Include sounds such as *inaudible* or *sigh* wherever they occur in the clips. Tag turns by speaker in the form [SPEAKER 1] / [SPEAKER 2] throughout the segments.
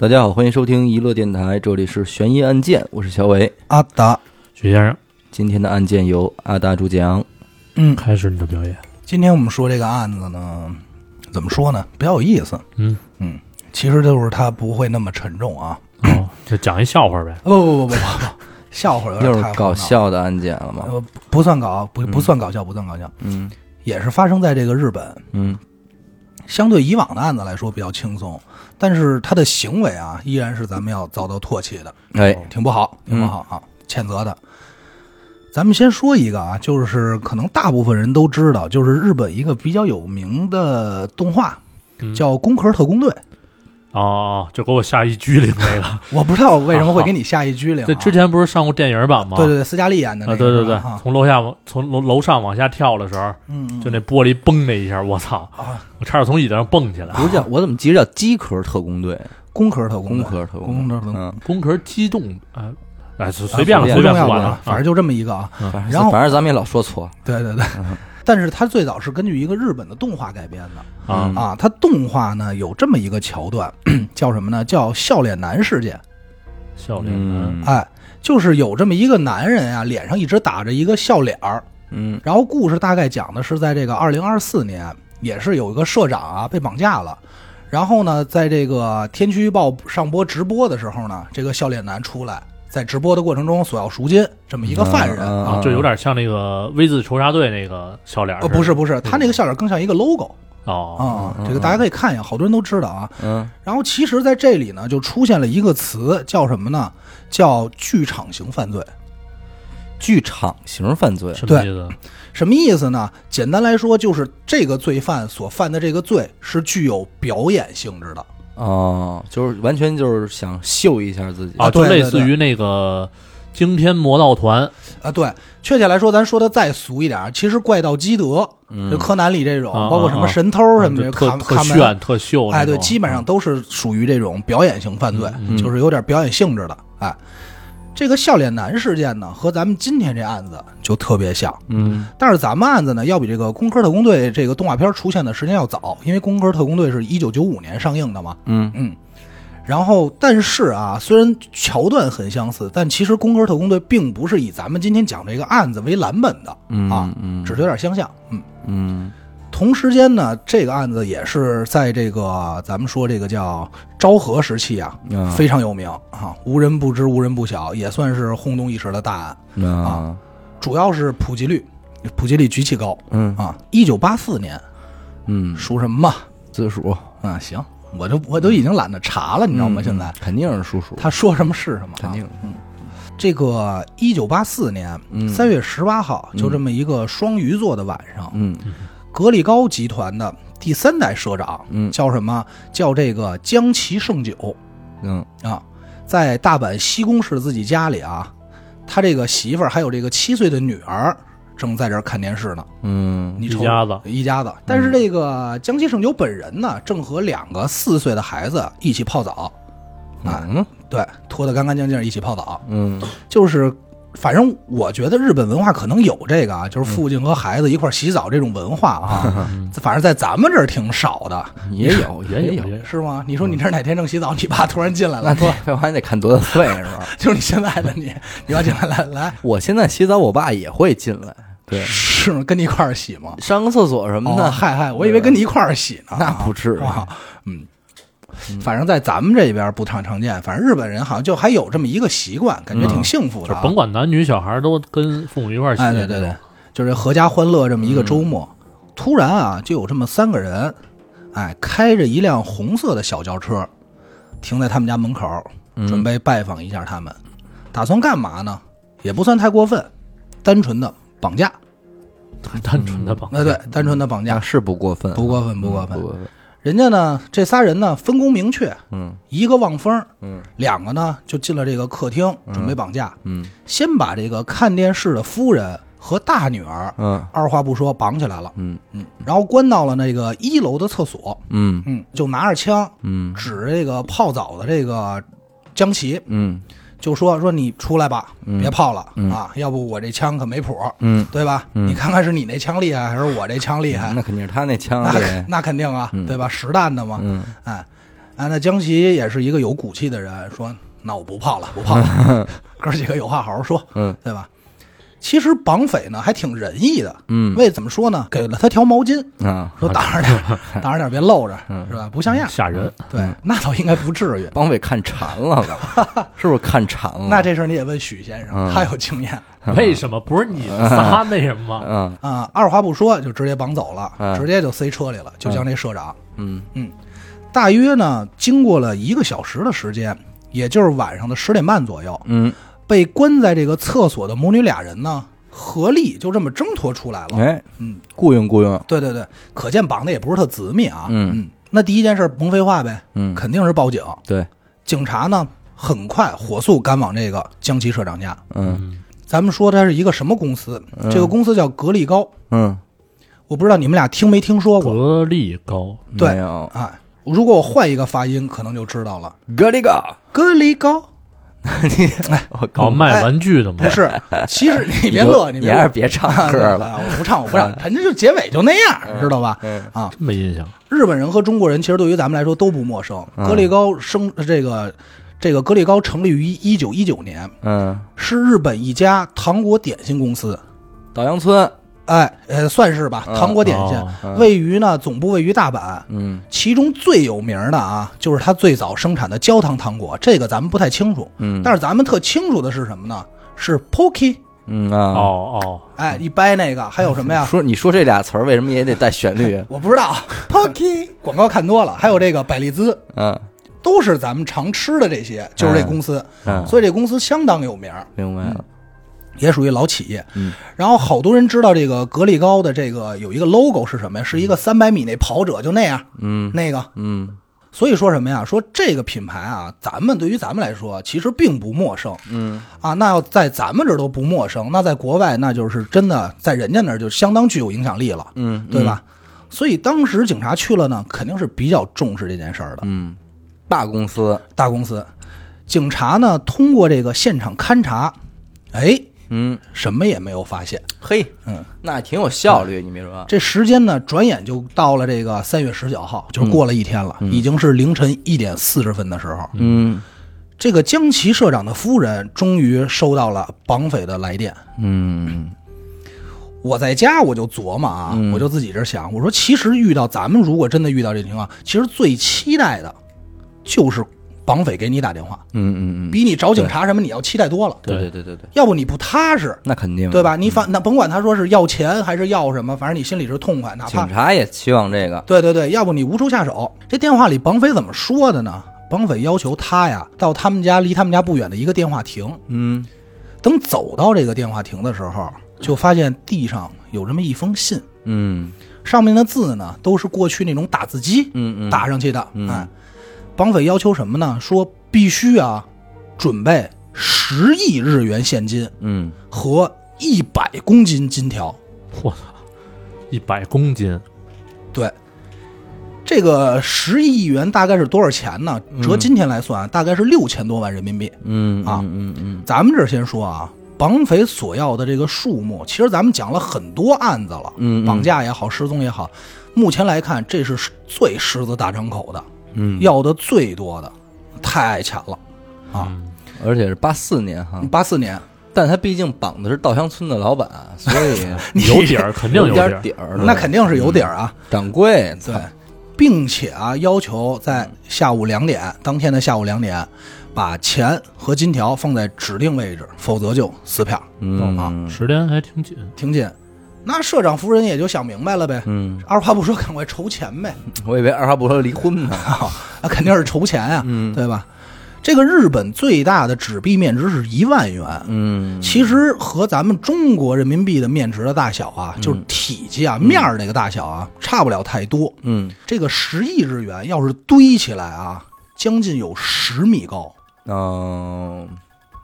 [SPEAKER 1] 大家好，欢迎收听娱乐电台，这里是悬疑案件，我是小伟。
[SPEAKER 2] 阿达，
[SPEAKER 3] 许先生，
[SPEAKER 1] 今天的案件由阿大主讲。
[SPEAKER 2] 嗯，
[SPEAKER 3] 开始你的表演。
[SPEAKER 2] 今天我们说这个案子呢，怎么说呢？比较有意思。
[SPEAKER 3] 嗯，
[SPEAKER 2] 嗯，其实就是它不会那么沉重啊。
[SPEAKER 3] 哦，就讲一笑话呗。
[SPEAKER 2] 不哦不不不不不， *laughs* 笑话有
[SPEAKER 1] 又
[SPEAKER 2] 点
[SPEAKER 1] 是
[SPEAKER 2] 太
[SPEAKER 1] 搞
[SPEAKER 2] 胡闹了，
[SPEAKER 1] 笑的案件了吗？
[SPEAKER 2] 呃，不算搞，不不算搞笑，不算搞笑，
[SPEAKER 1] 嗯
[SPEAKER 2] 也是发生在这个日本。
[SPEAKER 1] 嗯
[SPEAKER 2] 相对以往的案子来说比较轻松，但是他的行为啊，依然是咱们要遭到唾弃的，
[SPEAKER 1] 哎，
[SPEAKER 2] 挺不好，
[SPEAKER 3] 嗯
[SPEAKER 2] 挺不好啊，谴责的。咱们先说一个啊，就是可能大部分人都知道，就是日本一个比较有名的动画
[SPEAKER 3] 嗯
[SPEAKER 2] 叫《工壳特工队》，
[SPEAKER 3] 哦哦，就给我下一居
[SPEAKER 2] *laughs*
[SPEAKER 3] 里那个。
[SPEAKER 2] 我不知道为什么会给你下一居令、啊。
[SPEAKER 3] 这之前不是上过电影版吗？
[SPEAKER 2] 对对对，斯嘉丽演的那
[SPEAKER 3] 啊，对
[SPEAKER 2] 个
[SPEAKER 3] 对
[SPEAKER 2] 是吧、
[SPEAKER 3] 对，
[SPEAKER 2] 啊，
[SPEAKER 3] 从楼下往从楼楼上往下跳的时候，
[SPEAKER 2] 嗯嗯，
[SPEAKER 3] 就那玻璃崩的一下，我操！
[SPEAKER 2] 啊，
[SPEAKER 3] 我差点从椅子上蹦起来
[SPEAKER 1] 不。是叫我怎么记着叫鸡壳特工队？
[SPEAKER 2] 工壳特工
[SPEAKER 1] 工
[SPEAKER 2] 队，
[SPEAKER 1] 壳特
[SPEAKER 2] 工
[SPEAKER 1] 工
[SPEAKER 2] 壳
[SPEAKER 1] 队
[SPEAKER 2] 特工，队
[SPEAKER 1] 嗯，
[SPEAKER 3] 工壳激动，呃，哎，随随便了，
[SPEAKER 1] 啊
[SPEAKER 3] 随
[SPEAKER 2] 不重
[SPEAKER 3] 便不
[SPEAKER 2] 要
[SPEAKER 3] 管
[SPEAKER 2] 了
[SPEAKER 3] 了，
[SPEAKER 2] 反正就这么一个啊。
[SPEAKER 1] 嗯反
[SPEAKER 2] 然
[SPEAKER 1] 正
[SPEAKER 2] 后
[SPEAKER 1] 反正咱们也老说错。
[SPEAKER 2] 对对对，
[SPEAKER 3] 嗯
[SPEAKER 2] 但是它最早是根据一个日本的动画改编的。
[SPEAKER 3] 啊啊
[SPEAKER 1] 嗯
[SPEAKER 2] 啊，它动画呢有这么一个桥段， *clears throat* 叫什么呢？叫笑脸男事件。
[SPEAKER 3] 笑脸男，
[SPEAKER 1] 嗯
[SPEAKER 2] 哎，就是有这么一个男人啊，脸上一直打着一个笑脸儿。
[SPEAKER 1] 嗯
[SPEAKER 2] 然后故事大概讲的是，在这个二零二四年，也是有一个社长啊被绑架了。然后呢，在这个天气预报上播直播的时候呢，这个笑脸男出来，在直播的过程中索要赎金，这么一个犯人
[SPEAKER 1] 嗯
[SPEAKER 2] 啊，
[SPEAKER 3] 啊，就有点像那个 V 字仇杀队那个笑脸似
[SPEAKER 2] 呃，
[SPEAKER 3] 的。
[SPEAKER 2] 不是不是，他那个笑脸更像一个 logo
[SPEAKER 3] 嗯哦，
[SPEAKER 2] 啊
[SPEAKER 1] 嗯，嗯
[SPEAKER 2] 这个大家可以看一眼，好多人都知道啊。
[SPEAKER 1] 嗯
[SPEAKER 2] 然后其实在这里呢，就出现了一个词，叫什么呢？叫剧场型犯罪。
[SPEAKER 1] 剧场型犯罪。
[SPEAKER 3] 什么意思？
[SPEAKER 2] 什么意思呢？简单来说，就是这个罪犯所犯的这个罪是具有表演性质的。
[SPEAKER 1] 哦，就是完全就是想秀一下自己
[SPEAKER 2] 啊
[SPEAKER 3] 就
[SPEAKER 2] 对对
[SPEAKER 3] 类似于那个惊天魔盗团
[SPEAKER 2] 啊，对，确切来说，咱说的再俗一点儿，其实怪盗基德，就柯南里这种，
[SPEAKER 3] 啊
[SPEAKER 2] 包括什么
[SPEAKER 3] 啊啊
[SPEAKER 2] 神偷什么
[SPEAKER 3] 就
[SPEAKER 2] 的，
[SPEAKER 3] 特
[SPEAKER 2] 卡
[SPEAKER 3] 特
[SPEAKER 2] 卡
[SPEAKER 3] 炫
[SPEAKER 2] 门，
[SPEAKER 3] 特秀那种。
[SPEAKER 2] 哎，对，基本上都是属于这种表演型犯罪，
[SPEAKER 3] 嗯
[SPEAKER 1] 嗯
[SPEAKER 2] 就是有点表演性质的。哎，这个笑脸男事件呢，和咱们今天这案子就特别像，
[SPEAKER 1] 嗯
[SPEAKER 2] 但是咱们案子呢，要比这个《工科特工队》这个动画片出现的时间要早，因为《工科特工队》是一九九五年上映的嘛。
[SPEAKER 1] 嗯
[SPEAKER 2] 嗯，然后但是啊，虽然桥段很相似，但其实《工科特工队》并不是以咱们今天讲这个案子为蓝本的，
[SPEAKER 1] 嗯
[SPEAKER 2] 啊
[SPEAKER 1] 嗯
[SPEAKER 2] 只是有点相像。嗯，
[SPEAKER 1] 嗯
[SPEAKER 2] 同时间呢，这个案子也是在这个咱们说这个叫昭和时期啊，
[SPEAKER 1] 啊
[SPEAKER 2] 非常有名啊，无人不知，无人不晓，也算是轰动一时的大案。
[SPEAKER 1] 啊
[SPEAKER 2] 主要是普及率，普及率极其高
[SPEAKER 1] 嗯
[SPEAKER 2] 啊。一九八四年，
[SPEAKER 1] 嗯，
[SPEAKER 2] 属什么嘛？
[SPEAKER 1] 私塾
[SPEAKER 2] 啊，行，我都我都已经懒得查了，你知道
[SPEAKER 1] 嗯
[SPEAKER 2] 吗？现在
[SPEAKER 1] 肯定是叔叔，
[SPEAKER 2] 他说什么是什么啊，
[SPEAKER 1] 肯定
[SPEAKER 2] 这个一九八四年
[SPEAKER 1] 嗯
[SPEAKER 2] 三月十八号，就
[SPEAKER 3] 嗯
[SPEAKER 2] 这么一个双鱼座的晚上，
[SPEAKER 1] 嗯
[SPEAKER 2] 格力高集团的第三代社长，
[SPEAKER 1] 嗯
[SPEAKER 2] 叫什么？叫这个江崎胜久
[SPEAKER 1] 嗯
[SPEAKER 2] 啊，在大阪西宫市自己家里啊，他这个媳妇儿还有这个七岁的女儿正在这儿看电视呢。
[SPEAKER 1] 嗯
[SPEAKER 2] 你
[SPEAKER 3] 一
[SPEAKER 2] 瞅
[SPEAKER 3] 家子嗯
[SPEAKER 2] 一家子，但是这个江崎胜久本人呢，正和两个四岁的孩子一起泡澡，啊，
[SPEAKER 1] 嗯
[SPEAKER 2] 对，脱得干干净净一起泡澡。
[SPEAKER 1] 嗯
[SPEAKER 2] 就是，反正我觉得日本文化可能有这个啊，就
[SPEAKER 1] 嗯
[SPEAKER 2] 是父亲和孩子一块儿洗澡这种文化啊， *laughs* 反正在咱们这儿挺少的，
[SPEAKER 1] 也
[SPEAKER 2] 啊
[SPEAKER 1] 有
[SPEAKER 3] 也
[SPEAKER 1] 有，
[SPEAKER 3] 有，
[SPEAKER 2] 是吗？你说你这儿哪天正洗澡，你爸突然进来
[SPEAKER 1] 嗯那
[SPEAKER 2] 了，
[SPEAKER 1] 这
[SPEAKER 2] 说
[SPEAKER 1] 废话你得看多大岁数。啊
[SPEAKER 2] 就是你现在的你，你要进来来来，
[SPEAKER 1] 我现在洗澡，我爸也会进来，对，
[SPEAKER 2] 是吗？跟你一块儿洗吗？
[SPEAKER 1] 上个厕所什么
[SPEAKER 2] 哦
[SPEAKER 1] 的，
[SPEAKER 2] 嗨嗨，我以为跟你一块儿洗呢，
[SPEAKER 1] 那不至于。
[SPEAKER 2] 啊，嗯，反正在咱们这边不常常见，反正日本人好像就还有这么一个习惯，感觉
[SPEAKER 1] 嗯
[SPEAKER 2] 挺幸福
[SPEAKER 3] 就
[SPEAKER 2] 的、啊
[SPEAKER 3] 甭管男女小孩都跟父母一块儿洗。
[SPEAKER 2] 哎，对对对，就是合家欢乐这么一个周末，
[SPEAKER 1] 嗯
[SPEAKER 2] 突然啊，就有这么三个人，哎，开着一辆红色的小轿车，停在他们家门口，
[SPEAKER 1] 嗯
[SPEAKER 2] 准备拜访一下他们，打算干嘛呢？也不算太过分，单纯的绑架。
[SPEAKER 3] 单纯的吧。
[SPEAKER 2] 哎，对，单纯的绑
[SPEAKER 1] 那
[SPEAKER 2] 架，
[SPEAKER 1] 是不过分，
[SPEAKER 2] 不过分，不
[SPEAKER 1] 不
[SPEAKER 2] 过
[SPEAKER 1] 嗯
[SPEAKER 2] 分
[SPEAKER 1] 不。过分。
[SPEAKER 2] 人家呢，这仨人呢分工明确，
[SPEAKER 1] 嗯
[SPEAKER 2] 一个望风，
[SPEAKER 1] 嗯，
[SPEAKER 2] 两个呢就进了这个客厅，准备绑架。
[SPEAKER 1] 嗯
[SPEAKER 2] 先把这个看电视的夫人和大女儿，
[SPEAKER 1] 嗯
[SPEAKER 2] 二话不说绑起来了，
[SPEAKER 1] 嗯
[SPEAKER 2] 嗯，然后关到了那个一楼的厕所，
[SPEAKER 1] 嗯
[SPEAKER 2] 嗯，就拿着枪
[SPEAKER 1] 嗯
[SPEAKER 2] 指着这个泡澡的这个江琪，
[SPEAKER 1] 嗯
[SPEAKER 2] 就说说你出来吧，别泡了、啊，要不我这枪可没谱，
[SPEAKER 1] 嗯，
[SPEAKER 2] 对吧？你看看是你那枪厉害还是我这枪厉害？
[SPEAKER 1] 那肯定是他那枪
[SPEAKER 2] 那
[SPEAKER 1] 里，
[SPEAKER 2] 那肯定啊，对吧？实弹的嘛，
[SPEAKER 1] 嗯
[SPEAKER 2] 哎，啊，那江奇也是一个有骨气的人，说那我不泡了，不
[SPEAKER 1] *laughs*
[SPEAKER 2] 泡了，哥几个有话好好说，
[SPEAKER 1] 嗯，
[SPEAKER 2] 对吧？其实绑匪呢还挺仁义的，
[SPEAKER 1] 嗯
[SPEAKER 2] 为怎么说呢？给了他条毛巾，
[SPEAKER 1] 啊，嗯
[SPEAKER 2] 说挡着点儿，
[SPEAKER 1] *laughs*
[SPEAKER 2] 挡着点儿，别露着，是吧？不像样。
[SPEAKER 3] 吓人，
[SPEAKER 2] 对， *laughs* 那倒应该不至于。
[SPEAKER 1] 绑匪看馋了吧？是不是看馋了？
[SPEAKER 2] 那这事儿你得问许先生，
[SPEAKER 1] 嗯
[SPEAKER 2] 他有经验
[SPEAKER 3] 为什么不是你仨那什么吗？
[SPEAKER 1] 嗯
[SPEAKER 2] 啊。二话不说就直接绑走了，
[SPEAKER 1] 嗯
[SPEAKER 2] 直接就塞车里了，就将这社长。
[SPEAKER 1] 嗯
[SPEAKER 2] 大约呢，经过了一个小时的时间，也就是晚上的十点半左右，
[SPEAKER 1] 嗯，
[SPEAKER 2] 被关在这个厕所的母女俩人呢，合力就这么挣脱出来了。
[SPEAKER 1] 哎，
[SPEAKER 2] 嗯，
[SPEAKER 1] 雇佣雇佣，
[SPEAKER 2] 对对对，可见绑的也不是特紧密啊。
[SPEAKER 1] 嗯
[SPEAKER 2] 那第一件事甭废话呗，
[SPEAKER 1] 嗯，
[SPEAKER 2] 肯定是报警。
[SPEAKER 1] 对，
[SPEAKER 2] 警察呢，很快火速赶往这个江崎社长家。
[SPEAKER 1] 嗯
[SPEAKER 3] 嗯，
[SPEAKER 2] 咱们说它是一个什么公司？这个公司叫格力高，
[SPEAKER 1] 嗯，
[SPEAKER 2] 我不知道你们俩听没听说过
[SPEAKER 3] 格力高，
[SPEAKER 2] 对
[SPEAKER 1] 没有，
[SPEAKER 2] 啊？如果我换一个发音，可能就知道了。
[SPEAKER 1] 格里
[SPEAKER 2] *laughs*
[SPEAKER 1] 高，
[SPEAKER 2] 格力高
[SPEAKER 1] 你哎我
[SPEAKER 3] 搞
[SPEAKER 1] 搞，
[SPEAKER 3] 卖玩具的吗
[SPEAKER 2] 不？是，其实你别乐，
[SPEAKER 1] 嗯你
[SPEAKER 2] 别
[SPEAKER 1] 还是
[SPEAKER 2] 乐，
[SPEAKER 1] 别唱歌
[SPEAKER 2] *laughs*
[SPEAKER 1] 了，
[SPEAKER 2] 啊我不唱，我不唱，反正就结尾就那样，知道吧？
[SPEAKER 1] 嗯
[SPEAKER 2] 啊，
[SPEAKER 3] 真没印象，
[SPEAKER 2] 日本人和中国人其实对于咱们来说都不陌生。
[SPEAKER 1] 嗯
[SPEAKER 2] 格力高生这个这个格力高成立于一九一九年，
[SPEAKER 1] 嗯，
[SPEAKER 2] 是日本一家糖果点心公司。
[SPEAKER 1] 稻香村，
[SPEAKER 2] 哎，呃，算是吧，
[SPEAKER 1] 嗯
[SPEAKER 2] 糖果点心。
[SPEAKER 3] 哦
[SPEAKER 1] 嗯
[SPEAKER 2] 位于呢，总部位于大阪。
[SPEAKER 1] 嗯
[SPEAKER 2] 其中最有名的啊，就是它最早生产的焦糖糖果，这个咱们不太清楚。
[SPEAKER 1] 嗯，
[SPEAKER 2] 但是咱们特清楚的是什么呢？是 Pocky，
[SPEAKER 1] 嗯啊，
[SPEAKER 3] 哦哦，
[SPEAKER 2] 哎，一掰那个，还有什
[SPEAKER 1] *laughs*
[SPEAKER 2] 么呀？
[SPEAKER 1] 说你说这俩词儿为什么也得带旋律？啊
[SPEAKER 2] 我不知道，Pocky *laughs* 广告看多了，还有这个百利滋，
[SPEAKER 1] 嗯
[SPEAKER 2] 都是咱们常吃的这些，就是这公司，
[SPEAKER 1] 嗯，
[SPEAKER 2] 所以这公司相当有名儿，
[SPEAKER 1] 明白了，
[SPEAKER 2] 也属于老企业。
[SPEAKER 1] 嗯，
[SPEAKER 2] 然后好多人知道这个格力高的这个有一个 logo 是什么呀？是一个三百米那跑者，就那样
[SPEAKER 1] 嗯
[SPEAKER 2] 那个。
[SPEAKER 1] 嗯
[SPEAKER 2] 所以说什么呀？说这个品牌啊，咱们对于咱们来说其实并不陌生
[SPEAKER 1] 嗯
[SPEAKER 2] 啊。那要在咱们这儿都不陌生，那在国外那就是真的在人家那儿就相当具有影响力了，
[SPEAKER 1] 嗯，
[SPEAKER 2] 对吧？所以当时警察去了呢，肯定是比较重视这件事儿的。
[SPEAKER 1] 嗯？嗯，大公司，
[SPEAKER 2] 大公司，警察呢通过这个现场勘查，哎，
[SPEAKER 1] 嗯，
[SPEAKER 2] 什么也没有发现。
[SPEAKER 1] 嘿，
[SPEAKER 2] 嗯，
[SPEAKER 1] 那挺有效率，你别说，
[SPEAKER 2] 这时间呢，转眼就到了这个三月十九号，就是过了一天了，已经是凌晨一点四十分的时候，
[SPEAKER 1] 嗯
[SPEAKER 2] 这个江崎社长的夫人终于收到了绑匪的来电。
[SPEAKER 1] 嗯
[SPEAKER 2] 我在家我就琢磨啊，我就自己这想，我说其实遇到咱们如果真的遇到这情况，其实最期待的，就是绑匪给你打电话，
[SPEAKER 1] 嗯嗯嗯，
[SPEAKER 2] 比你找警察什么你要期待多了，
[SPEAKER 1] 对嗯对对对对，
[SPEAKER 2] 要不你不踏实。
[SPEAKER 1] 那肯定，
[SPEAKER 2] 对？吧？你反那甭管他说是要钱还是要什么，反正你心里是痛快，哪怕
[SPEAKER 1] 警察也期望这个，
[SPEAKER 2] 对对对，要不你无处下手。这电话里绑匪怎么说的呢？绑匪要求他呀到他们家离他们家不远的一个电话亭，
[SPEAKER 1] 嗯
[SPEAKER 2] 等走到这个电话亭的时候，就发现地上有这么一封信，
[SPEAKER 1] 嗯
[SPEAKER 2] 上面的字呢都是过去那种打字机
[SPEAKER 1] 嗯嗯，
[SPEAKER 2] 打上去的。哎，绑匪要求什么呢？说必须啊，准备十亿日元现金
[SPEAKER 1] 嗯
[SPEAKER 2] 和一百公斤金条。
[SPEAKER 3] 我操，一百公斤，
[SPEAKER 2] 对，这个十亿元大概是多少钱呢？折今天来算，大概是六千多万人民币。
[SPEAKER 1] 嗯
[SPEAKER 2] 啊
[SPEAKER 1] 嗯嗯
[SPEAKER 2] 咱们这儿先说啊，绑匪索要的这个数目，其实咱们讲了很多案子了，
[SPEAKER 1] 嗯嗯
[SPEAKER 2] 绑架也好，失踪也好，目前来看，这是最狮子大张口的，
[SPEAKER 1] 嗯，
[SPEAKER 2] 要的最多的，太爱钱了。
[SPEAKER 1] 而且是八四年哈，
[SPEAKER 2] 八四年，
[SPEAKER 1] 嗯但他毕竟绑的是稻香村的老 *laughs* 板，啊所以
[SPEAKER 3] 有
[SPEAKER 2] *laughs*
[SPEAKER 3] 底儿，肯定
[SPEAKER 1] 有
[SPEAKER 3] 有底
[SPEAKER 1] 点
[SPEAKER 3] 儿，
[SPEAKER 1] 底儿，
[SPEAKER 2] 那肯定是有底儿啊。
[SPEAKER 1] 掌柜，
[SPEAKER 2] 对，并且啊，要求在下午两点，当天的下午两点，把钱和金条放在指定位置，否则就撕票。
[SPEAKER 1] 嗯
[SPEAKER 2] 啊
[SPEAKER 3] 时间还挺紧，
[SPEAKER 2] 听见？那社长夫人也就想明白了呗，
[SPEAKER 1] 嗯，
[SPEAKER 2] 二话不说，赶快筹钱
[SPEAKER 1] *laughs*
[SPEAKER 2] 呗。
[SPEAKER 1] 我以为二话不说离婚呢，
[SPEAKER 2] *laughs* 那肯定是筹钱啊，
[SPEAKER 1] 啊嗯
[SPEAKER 2] 对吧？这个日本最大的纸币面值是一万元，
[SPEAKER 1] 嗯
[SPEAKER 2] 其实和咱们中国人民币的面值的大小啊，
[SPEAKER 1] 嗯
[SPEAKER 2] 就是体积啊、面儿那个大小啊，差不了太多。
[SPEAKER 1] 嗯
[SPEAKER 2] 这个十亿日元要是堆起来啊，将近有十米高，
[SPEAKER 1] 哦，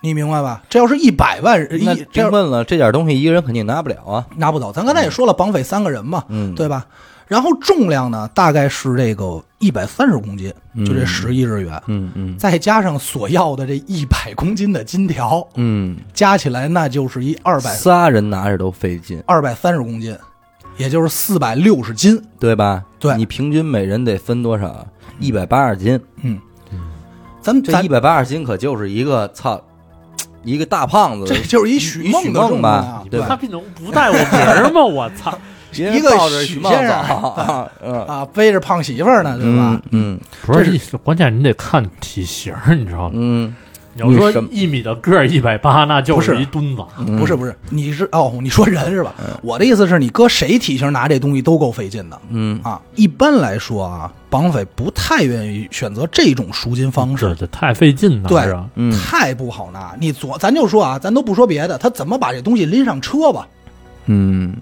[SPEAKER 2] 你明白吧？这要是一百万人，
[SPEAKER 1] 那
[SPEAKER 2] 一这
[SPEAKER 1] 别
[SPEAKER 2] 要
[SPEAKER 1] 问了，这点东西一个人肯定拿不了啊，
[SPEAKER 2] 拿不走。咱刚才也说了，绑匪三个人嘛，
[SPEAKER 1] 嗯，
[SPEAKER 2] 对吧？然后重量呢，大概是这个一百三十公斤，就这十亿日元，
[SPEAKER 1] 嗯嗯
[SPEAKER 2] 再加上索要的这一百公斤的金条，
[SPEAKER 1] 嗯，
[SPEAKER 2] 加起来那就是一二百
[SPEAKER 1] 仨人拿着都费劲，
[SPEAKER 2] 二百三十公斤。也就是四百六十斤。
[SPEAKER 1] 对嗯吧？
[SPEAKER 2] 对
[SPEAKER 1] 你平均每人得分多少？一百八十斤，
[SPEAKER 2] 嗯，咱们
[SPEAKER 1] 这
[SPEAKER 2] 咱
[SPEAKER 1] 一百八十斤可就是一个操，一个大胖子，
[SPEAKER 2] 这就是一许
[SPEAKER 1] 许
[SPEAKER 2] 梦的
[SPEAKER 1] 梦吧
[SPEAKER 2] 啊，
[SPEAKER 1] 对
[SPEAKER 3] 他
[SPEAKER 1] 吧？
[SPEAKER 3] 不能不带我名儿吗？我操！
[SPEAKER 1] 别
[SPEAKER 2] 一个
[SPEAKER 1] 抱着
[SPEAKER 2] 许
[SPEAKER 1] 许茂
[SPEAKER 2] 先生
[SPEAKER 1] *laughs* 早，嗯
[SPEAKER 2] 啊，背着胖媳妇儿呢，对吧？
[SPEAKER 1] 嗯
[SPEAKER 3] 不是，你关键你得看体型儿，你知道吗？
[SPEAKER 1] 嗯
[SPEAKER 3] 你要说
[SPEAKER 1] 你什么
[SPEAKER 3] 一米的个儿一百八，那就
[SPEAKER 2] 不是
[SPEAKER 3] 是一墩子。
[SPEAKER 1] 嗯，
[SPEAKER 2] 不是不是，你是哦，你说人是吧？我的意思是你搁谁体型拿这东西都够费劲的
[SPEAKER 1] 嗯，
[SPEAKER 2] 啊。一般来说啊，绑匪不太愿意选择这种赎金方
[SPEAKER 3] 这
[SPEAKER 2] 式，
[SPEAKER 3] 这太费劲了，
[SPEAKER 2] 对
[SPEAKER 3] 是吧？
[SPEAKER 1] 嗯
[SPEAKER 2] 太不好拿。你左，咱就说啊，咱都不说别的，他怎么把这东西拎上车吧？
[SPEAKER 1] 嗯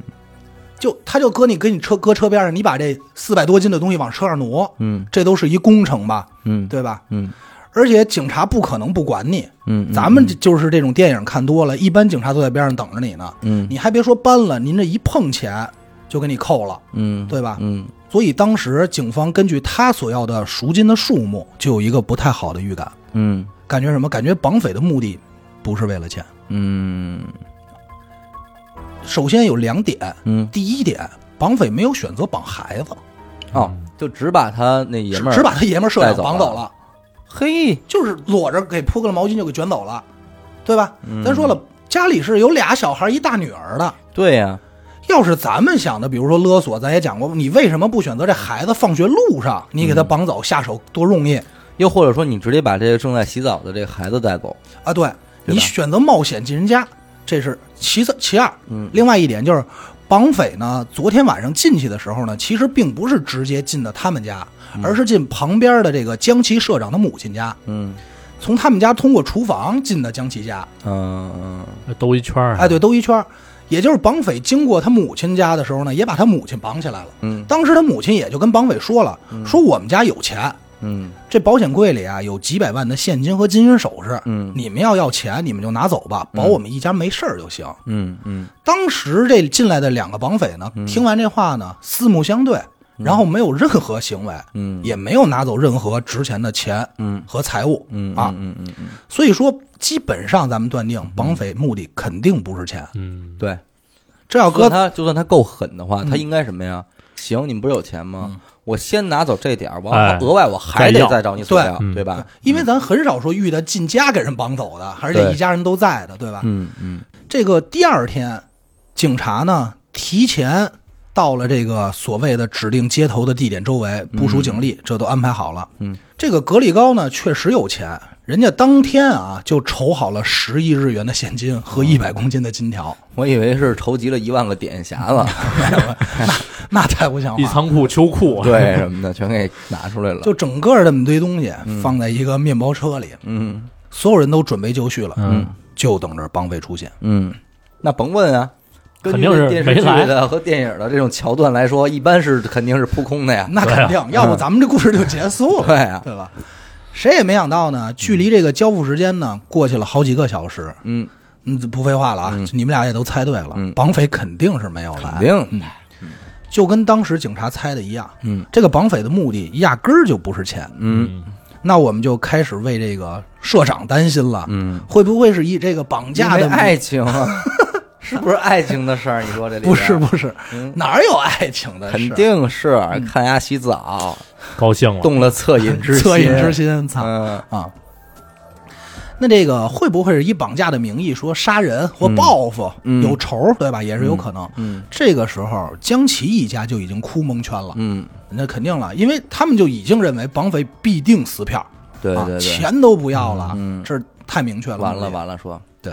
[SPEAKER 2] 就他就搁你给你车搁车边上，你把这四百多斤的东西往车上挪，
[SPEAKER 1] 嗯
[SPEAKER 2] 这都是一工程吧，
[SPEAKER 1] 嗯
[SPEAKER 2] 对吧？
[SPEAKER 1] 嗯
[SPEAKER 2] 而且警察不可能不管你，
[SPEAKER 1] 嗯，
[SPEAKER 2] 咱们就是这种电影看多了，一般警察都在边上等着你呢。
[SPEAKER 1] 嗯
[SPEAKER 2] 你还别说搬了，您这一碰钱就给你扣了，
[SPEAKER 1] 嗯
[SPEAKER 2] 对吧？
[SPEAKER 1] 嗯
[SPEAKER 2] 所以当时警方根据他所要的赎金的数目，就有一个不太好的预感，
[SPEAKER 1] 嗯
[SPEAKER 2] 感觉什么？感觉绑匪的目的不是为了钱。
[SPEAKER 1] 嗯
[SPEAKER 2] 首先有两点，
[SPEAKER 1] 嗯，
[SPEAKER 2] 第一点，绑匪没有选择绑孩子，
[SPEAKER 1] 哦，就只把他那爷
[SPEAKER 2] 只
[SPEAKER 1] 们儿
[SPEAKER 2] 只把他爷们儿设
[SPEAKER 1] 带
[SPEAKER 2] 想
[SPEAKER 1] 走
[SPEAKER 2] 绑
[SPEAKER 1] 了
[SPEAKER 2] 走了，
[SPEAKER 1] 嘿，
[SPEAKER 2] 就是裸着给铺个毛巾就给卷走了，对吧？
[SPEAKER 1] 嗯
[SPEAKER 2] 咱说了，家里是有俩小孩一大女儿的，
[SPEAKER 1] 对呀，
[SPEAKER 2] 要是咱们想的，比如说勒索，咱也讲过，你为什么不选择这孩子放学路上，你给他绑走，下手多容易
[SPEAKER 1] 又或者说你直接把这个正在洗澡的这个孩子带走，
[SPEAKER 2] 啊？对你选择冒险进人家，这是其次其二。
[SPEAKER 1] 嗯
[SPEAKER 2] 另外一点就是，绑匪呢，昨天晚上进去的时候呢，其实并不是直接进的他们家，而是进旁边的这个江崎社长的母亲家，
[SPEAKER 1] 嗯
[SPEAKER 2] 从他们家通过厨房进的江崎家。
[SPEAKER 1] 嗯
[SPEAKER 3] 兜一圈儿。
[SPEAKER 2] 哎，，对，兜一圈儿。也就是绑匪经过他母亲家的时候呢，也把他母亲绑起来了。
[SPEAKER 1] 嗯
[SPEAKER 2] 当时他母亲也就跟绑匪说了，说我们家有钱，
[SPEAKER 1] 嗯
[SPEAKER 2] 这保险柜里啊有几百万的现金和金银首饰，
[SPEAKER 1] 嗯
[SPEAKER 2] 你们要要钱你们就拿走吧，保我们一家没事儿就行。
[SPEAKER 1] 嗯嗯
[SPEAKER 2] 当时这进来的两个绑匪呢，听完这话呢，四目相对，然后没有任何行为，
[SPEAKER 1] 嗯
[SPEAKER 2] 也没有拿走任何值钱的钱
[SPEAKER 1] 嗯
[SPEAKER 2] 和财物，
[SPEAKER 1] 嗯
[SPEAKER 2] 啊，
[SPEAKER 1] 嗯嗯嗯，
[SPEAKER 2] 所以说基本上咱们断定绑匪目的肯定不是钱，
[SPEAKER 3] 嗯，
[SPEAKER 1] 对。
[SPEAKER 2] 这要
[SPEAKER 1] 就算
[SPEAKER 2] 搁
[SPEAKER 1] 他就算他够狠的话，他应该什么呀？行，你们不是有钱吗？我先拿走这点儿，我
[SPEAKER 3] 哎
[SPEAKER 1] 额外我还
[SPEAKER 3] 再
[SPEAKER 1] 得
[SPEAKER 3] 要
[SPEAKER 1] 再找你索
[SPEAKER 2] 对
[SPEAKER 1] 要，
[SPEAKER 3] 嗯
[SPEAKER 1] 对吧？
[SPEAKER 2] 因为咱很少说遇到进家给人绑走的，而且
[SPEAKER 1] 对
[SPEAKER 2] 一家人都在的，对吧？
[SPEAKER 1] 嗯嗯
[SPEAKER 2] 这个第二天，警察呢提前到了这个所谓的指定接头的地点周围部署警力，这都安排好了。
[SPEAKER 1] 嗯，
[SPEAKER 2] 这个格力高呢确实有钱，人家当天啊就筹好了十亿日元的现金和一百公斤的金条，
[SPEAKER 1] 我以为是筹集了一万个点匣子，
[SPEAKER 2] 那太不像
[SPEAKER 3] 一
[SPEAKER 2] 话。
[SPEAKER 3] 仓库秋裤。
[SPEAKER 1] 对什么的，全给拿出来了。
[SPEAKER 2] 就整个这么堆东西放在一个面包车里，
[SPEAKER 1] 嗯
[SPEAKER 2] 所有人都准备就绪了，
[SPEAKER 3] 嗯，
[SPEAKER 2] 就等着绑匪出现。
[SPEAKER 1] 嗯，那甭问啊，根
[SPEAKER 3] 肯
[SPEAKER 1] 据
[SPEAKER 3] 定是
[SPEAKER 1] 电视剧
[SPEAKER 3] 没来
[SPEAKER 1] 的和电影的这种桥段来说，一般是肯定是扑空的呀。
[SPEAKER 2] 那肯定，要不咱们这故事就结束了，
[SPEAKER 1] 啊嗯对啊
[SPEAKER 2] 对吧？谁也没想到呢，距离这个交付时间呢，过去了好几个小时。
[SPEAKER 1] 嗯，
[SPEAKER 2] 嗯，不废话了啊，你们俩也都猜对了，
[SPEAKER 1] 嗯
[SPEAKER 2] 绑匪肯定是没有来，
[SPEAKER 1] 肯定。
[SPEAKER 2] 就跟当时警察猜的一样。
[SPEAKER 1] 嗯，
[SPEAKER 2] 这个绑匪的目的压根儿就不是钱，
[SPEAKER 1] 嗯
[SPEAKER 2] 那我们就开始为这个社长担心了，
[SPEAKER 1] 嗯，
[SPEAKER 2] 会不会是以这个绑
[SPEAKER 1] 因
[SPEAKER 2] 架
[SPEAKER 1] 为
[SPEAKER 2] 的
[SPEAKER 1] 爱情 *laughs* 啊，是不是爱情的事儿？你说这里
[SPEAKER 2] 不是
[SPEAKER 1] 边
[SPEAKER 2] 嗯
[SPEAKER 1] 嗯
[SPEAKER 2] 不是，哪有爱情的事？
[SPEAKER 1] 肯定是看丫洗澡，
[SPEAKER 3] 高兴了。
[SPEAKER 1] 动了恻隐之
[SPEAKER 2] *laughs* 恻隐之心，操、
[SPEAKER 1] 嗯
[SPEAKER 2] 啊。那这个会不会是以绑架的名义说杀人或报复、
[SPEAKER 1] 嗯
[SPEAKER 2] 有仇，对吧？也是有可能。
[SPEAKER 1] 嗯
[SPEAKER 2] 这个时候，江崎一家就已经哭蒙圈了，
[SPEAKER 1] 嗯，
[SPEAKER 2] 那肯定了，因为他们就已经认为绑匪必定撕票，
[SPEAKER 1] 对
[SPEAKER 2] 啊，
[SPEAKER 1] 对对，
[SPEAKER 2] 钱都不要了，
[SPEAKER 1] 嗯
[SPEAKER 2] 这太明确了。
[SPEAKER 1] 完了完了，说
[SPEAKER 2] 对。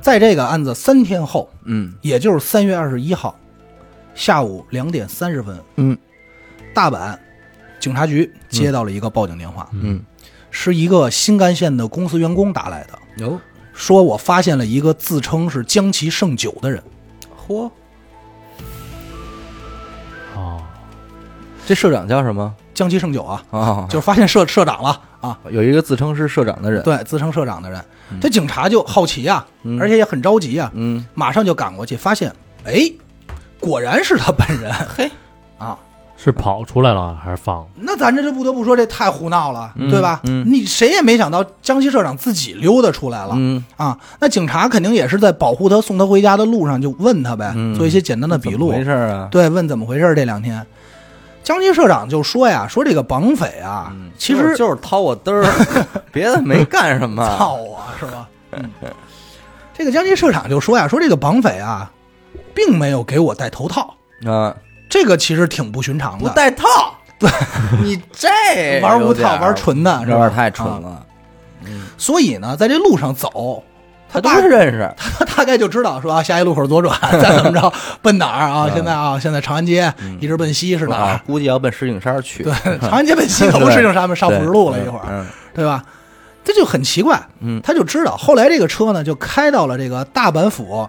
[SPEAKER 2] 在这个案子三天后，
[SPEAKER 1] 嗯
[SPEAKER 2] 也就是三月二十一号下午两点三十分，
[SPEAKER 1] 嗯，
[SPEAKER 2] 大阪警察局接到了一个报警电话，
[SPEAKER 1] 嗯，
[SPEAKER 2] 是一个新干线的公司员工打来的，
[SPEAKER 1] 哟，
[SPEAKER 2] 说我发现了一个自称是江崎胜久的人。
[SPEAKER 1] 嚯，
[SPEAKER 3] 哦，
[SPEAKER 1] 这社长叫什么
[SPEAKER 2] 江崎胜久啊，
[SPEAKER 1] 啊？
[SPEAKER 2] 就是发现社社长了啊，
[SPEAKER 1] 有一个自称是社长的人，
[SPEAKER 2] 对，自称社长的人。这警察就好奇啊，而且也很着急啊，
[SPEAKER 1] 嗯，
[SPEAKER 2] 马上就赶过去，发现，哎，果然是他本人。
[SPEAKER 1] *laughs* 嘿，
[SPEAKER 2] 啊，
[SPEAKER 3] 是跑出来了还是放了？
[SPEAKER 2] 那咱这就不得不说，这太胡闹了，
[SPEAKER 1] 嗯
[SPEAKER 2] 对吧？
[SPEAKER 1] 嗯
[SPEAKER 2] 你谁也没想到江西社长自己溜达出来了。
[SPEAKER 1] 嗯，
[SPEAKER 2] 啊，那警察肯定也是在保护他、送他回家的路上，就问他呗，
[SPEAKER 1] 嗯
[SPEAKER 2] 做一些简单的笔
[SPEAKER 1] 怎么
[SPEAKER 2] 录。
[SPEAKER 1] 回事儿啊？
[SPEAKER 2] 对，问怎么回事儿这两天，江西社长就说呀，说这个绑匪啊，其
[SPEAKER 1] 嗯就
[SPEAKER 2] 实
[SPEAKER 1] 是就是掏我嘚
[SPEAKER 2] *laughs*
[SPEAKER 1] 儿，别的没干什么。
[SPEAKER 2] 操啊，是吧？嗯这个江西社长就说呀，说这个绑匪啊，并没有给我戴头套，
[SPEAKER 1] 啊，
[SPEAKER 2] 这个其实挺不寻常的，
[SPEAKER 1] 不带套，
[SPEAKER 2] *laughs*
[SPEAKER 1] 对你这
[SPEAKER 2] 玩无
[SPEAKER 1] 有点
[SPEAKER 2] 套
[SPEAKER 1] 儿嗯
[SPEAKER 2] 玩，纯的，
[SPEAKER 1] 有
[SPEAKER 2] 是
[SPEAKER 1] 点
[SPEAKER 2] 吧？
[SPEAKER 1] 儿太蠢
[SPEAKER 2] 啊
[SPEAKER 1] 了。
[SPEAKER 2] 所以呢，在这路上走，
[SPEAKER 1] 他
[SPEAKER 2] 他
[SPEAKER 1] 都
[SPEAKER 2] 大
[SPEAKER 1] 认识，
[SPEAKER 2] *laughs* 他大概就知道说啊，下一路口
[SPEAKER 1] *laughs*
[SPEAKER 2] 左转，再怎么着奔哪儿
[SPEAKER 1] 嗯
[SPEAKER 2] 啊？现在啊，现在长安街一直奔西是哪儿
[SPEAKER 1] 啊？估计要奔石景山去。对，
[SPEAKER 2] *laughs* 长安街奔西可不是就上面上
[SPEAKER 1] 对
[SPEAKER 2] 五十路了，一会儿，
[SPEAKER 1] 嗯
[SPEAKER 2] 对吧？这就很奇怪，
[SPEAKER 1] 嗯
[SPEAKER 2] 他就知道。后来这个车呢，就开到了这个大阪府，